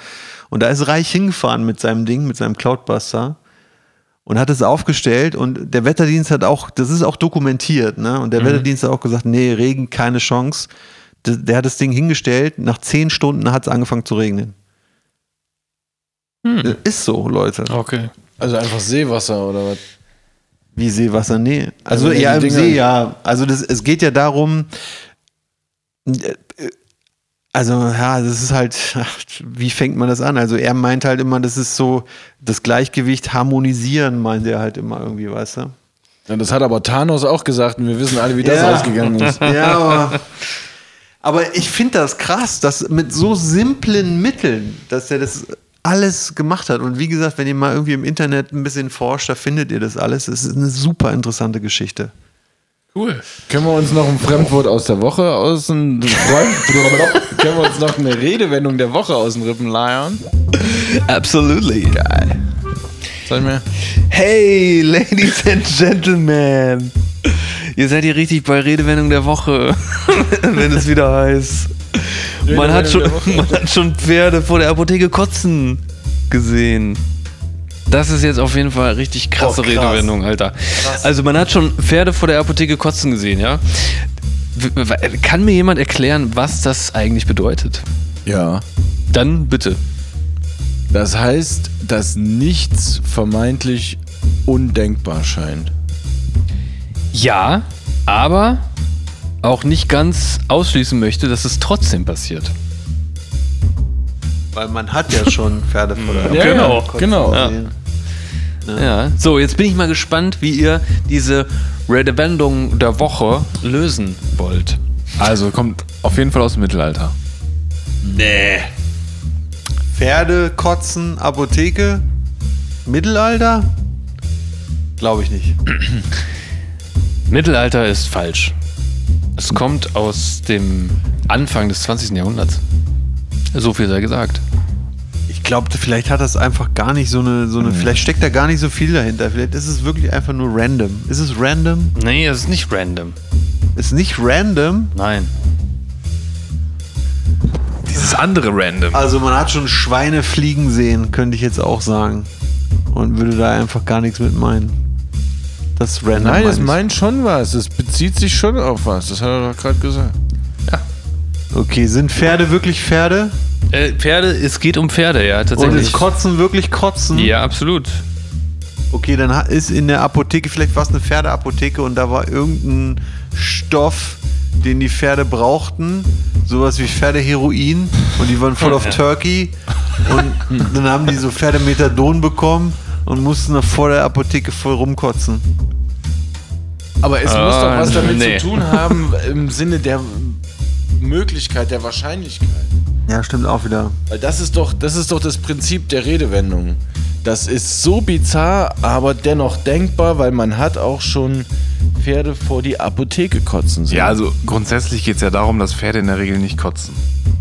B: Und da ist Reich hingefahren mit seinem Ding, mit seinem Cloudbuster und hat es aufgestellt und der Wetterdienst hat auch, das ist auch dokumentiert, ne? Und der Wetterdienst hat auch gesagt, nee, Regen, keine Chance. Der, der hat das Ding hingestellt, nach zehn Stunden hat es angefangen zu regnen. Ist so, Leute.
A: Okay.
D: Also einfach Seewasser oder was?
B: Wie Seewasser? Nee. Also,
D: wenn die
B: ja, im
D: Dinger-
B: See, ja. Also das, es geht ja darum, also ja, das ist halt, wie fängt man das an? Also er meint halt immer, das ist so, das Gleichgewicht harmonisieren, meint er halt immer irgendwie, weißt du?
D: Ja, das hat aber Thanos auch gesagt und wir wissen alle, wie das
B: Ja.
D: ausgegangen ist.
B: Ja, aber, aber ich finde das krass, dass mit so simplen Mitteln, dass er das alles gemacht hat. Und wie gesagt, wenn ihr mal irgendwie im Internet ein bisschen forscht, da findet ihr das alles. Es ist eine super interessante Geschichte.
A: Cool.
D: Können wir uns noch ein Fremdwort aus der Woche aus dem Freund? Können wir uns noch eine Redewendung der Woche aus den Rippen leiern?
B: Absolutely. Geil.
D: Sag mir.
B: Hey, Ladies and Gentlemen.
A: Ihr seid hier richtig bei Redewendung der Woche, wenn es wieder heißt. Man hat, schon, man hat schon Pferde vor der Apotheke kotzen gesehen. Das ist jetzt auf jeden Fall richtig krasse
B: Oh, krass.
A: Redewendung, Alter. Also man hat schon Pferde vor der Apotheke kotzen gesehen, ja. W- w- Kann mir jemand erklären, was das eigentlich bedeutet?
D: Ja.
A: Dann bitte.
D: Das heißt, dass nichts vermeintlich undenkbar scheint.
A: Ja, aber auch nicht ganz ausschließen möchte, dass es trotzdem passiert.
B: Weil man hat ja schon Pferde vor der
D: Ja, genau. Genau.
A: Ja. So, jetzt bin ich mal gespannt, wie ihr diese Redewendung der Woche lösen wollt.
E: Also kommt auf jeden Fall aus dem Mittelalter.
B: Pferde, Kotzen, Apotheke, Mittelalter? Glaube ich nicht.
A: Mittelalter ist falsch. Es kommt aus dem Anfang des 20. Jahrhunderts. So viel sei gesagt.
B: Ich glaube, vielleicht hat das einfach gar nicht so eine,
D: Mhm.
B: so eine vielleicht steckt da gar nicht so viel dahinter. Vielleicht ist es wirklich einfach nur random. Ist es random?
A: Nee, es ist nicht random.
B: Ist nicht random?
A: Nein.
E: dieses andere Random.
B: Also man hat schon Schweine fliegen sehen, könnte ich jetzt auch sagen. Und würde da einfach gar nichts mit meinen. Das ist random.
D: Nein, das
B: meine
D: meint schon was. Das bezieht sich schon auf was. Das hat er doch gerade gesagt.
B: ich. Okay, sind Pferde wirklich Pferde?
A: Äh, Pferde, es geht um Pferde, ja,
B: Und ist
A: tatsächlich.
B: Kotzen wirklich Kotzen?
A: ja, absolut.
B: Okay, dann ha- ist in der Apotheke, vielleicht war es eine Pferdeapotheke und da war irgendein Stoff, den die Pferde brauchten. Sowas wie Pferdeheroin und die waren voll auf Turkey. Und dann haben die so Pferdemethadon bekommen und mussten da vor der Apotheke voll rumkotzen.
D: Aber es muss doch
A: Ah,
D: was damit
A: nee.
D: zu tun haben im Sinne der Möglichkeit, der Wahrscheinlichkeit.
B: Ja, stimmt auch wieder.
D: Weil das ist doch, das ist doch das Prinzip der Redewendung. Das ist so bizarr, aber dennoch denkbar, weil man hat auch schon Pferde vor die Apotheke kotzen sehen.
E: Ja, also grundsätzlich geht es ja darum, dass Pferde in der Regel nicht kotzen.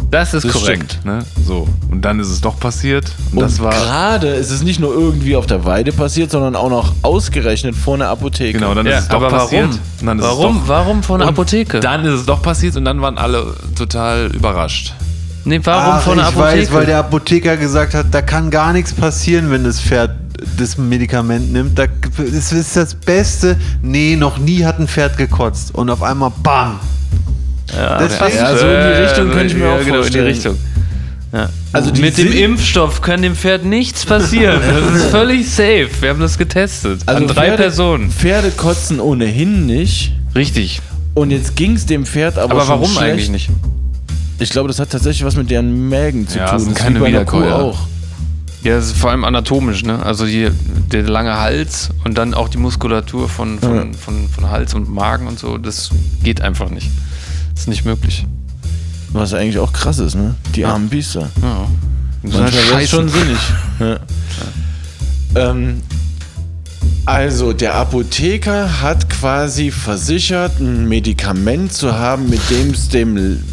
A: Das ist
D: Das
A: korrekt.
E: Ne? So. Und dann ist es doch passiert. Und,
D: Und
E: das war.
D: gerade ist es nicht nur irgendwie auf der Weide passiert, sondern auch noch ausgerechnet vor einer Apotheke.
E: Genau, dann
A: Ja,
E: ist es doch
A: aber
E: passiert.
A: warum?
E: Und Dann ist
A: Warum?
E: Es doch,
A: Warum von der
E: Und
A: Apotheke?
E: Dann ist es doch passiert und dann waren alle total überrascht.
A: nee, warum
B: Ach,
A: von der
B: ich
A: Apotheke?
B: weiß, weil der Apotheker gesagt hat, da kann gar nichts passieren, wenn das Pferd das Medikament nimmt. Da, das ist das Beste. Nee, noch nie hat ein Pferd gekotzt. Und auf einmal BAM! Deswegen,
D: Ja, so in die Richtung könnte ich mir auch
A: genau, in die
D: vorstellen.
A: Richtung. Ja.
D: Also die
A: Mit dem
D: sind-
A: Impfstoff kann dem Pferd nichts passieren. Das ist völlig safe. Wir haben das getestet. An drei
D: also Pferde,
A: Personen.
D: Pferde kotzen ohnehin nicht.
A: Richtig.
D: Und jetzt ging es dem Pferd aber,
A: Aber,
D: schon
A: warum
D: schlecht.
A: eigentlich nicht?
D: Ich glaube, das hat tatsächlich was mit deren Mägen zu
E: Ja,
D: tun.
E: sind
D: Das ist
E: keine
D: wie bei einer Kuh
E: Wiederkäuer.
D: auch.
A: Ja, das ist vor allem anatomisch, ne? Also die, der lange Hals und dann auch die Muskulatur von, von, von, von Hals und Magen und so, das geht einfach nicht. Das ist nicht möglich.
D: Was eigentlich auch krass ist, ne? Die armen Biester.
A: Ja. In so einer
D: Manchmal wäre
A: Scheiße.
D: es schon sinnig. ja. ähm, also, der Apotheker hat quasi versichert, ein Medikament zu haben, mit dem es dem l-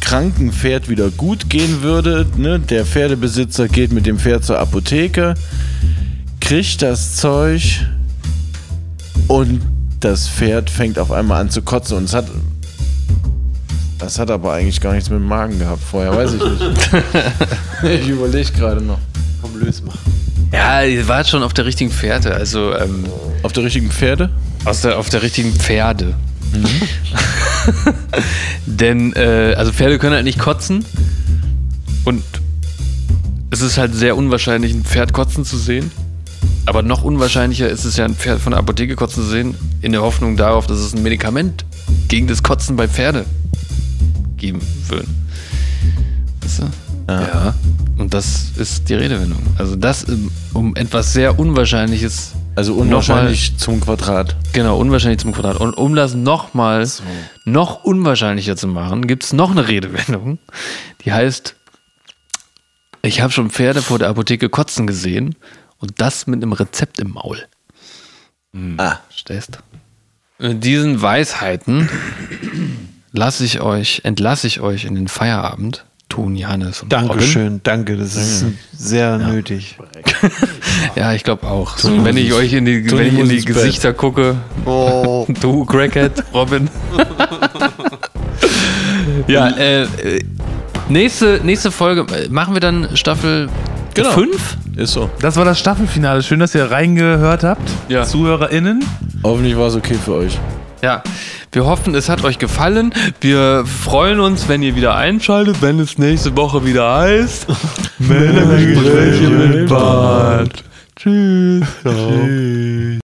D: kranken Pferd wieder gut gehen würde. Ne? Der Pferdebesitzer geht mit dem Pferd zur Apotheke, kriegt das Zeug und das Pferd fängt auf einmal an zu kotzen. Und es hat. Das hat aber eigentlich gar nichts mit dem Magen gehabt vorher, weiß ich nicht. ich überlege gerade noch.
B: komm, löse mal.
A: Ja, ihr wart schon auf der richtigen Fährte, also ähm,
D: Auf der richtigen Pferde?
A: aus der, auf der richtigen Pferde. Mhm. Denn, äh, also Pferde können halt nicht kotzen und es ist halt sehr unwahrscheinlich, ein Pferd kotzen zu sehen. Aber noch unwahrscheinlicher ist es ja, ein Pferd von der Apotheke kotzen zu sehen, in der Hoffnung darauf, dass es ein Medikament gegen das Kotzen bei Pferde geben würde. Weißt du?
E: Ja.
A: Und das ist die Redewendung. Also das, ähm, um etwas sehr Unwahrscheinliches
D: Also unwahrscheinlich zum Quadrat.
A: Genau, unwahrscheinlich zum Quadrat. Und um das nochmal noch unwahrscheinlicher zu machen, gibt es noch eine Redewendung, die heißt, ich habe schon Pferde vor der Apotheke kotzen gesehen und das mit einem Rezept im Maul.
D: Ah.
A: Stehst Mit diesen Weisheiten lasse ich euch, entlasse ich euch in den Feierabend, Toni, Hannes und
B: Dankeschön, danke. Das ist sehr nötig.
A: Robin. Ja, ich glaube auch. So, wenn ich euch in die, wenn ich in
D: muss
A: die
D: ins Bett.
A: Gesichter gucke,
B: Oh.
A: Du Crackhead, Robin. ja, äh, äh, nächste, nächste Folge äh, machen wir dann Staffel 5?
D: Genau. Ist so.
E: Das war das Staffelfinale. Schön, dass ihr reingehört habt,
A: Ja.
E: ZuhörerInnen.
D: Hoffentlich war es okay für euch.
A: Ja. Wir hoffen, es hat euch gefallen. Wir freuen uns, wenn ihr wieder einschaltet, wenn es nächste Woche wieder heißt. Männergespräche mit Bart. Tschüss. Tschüss.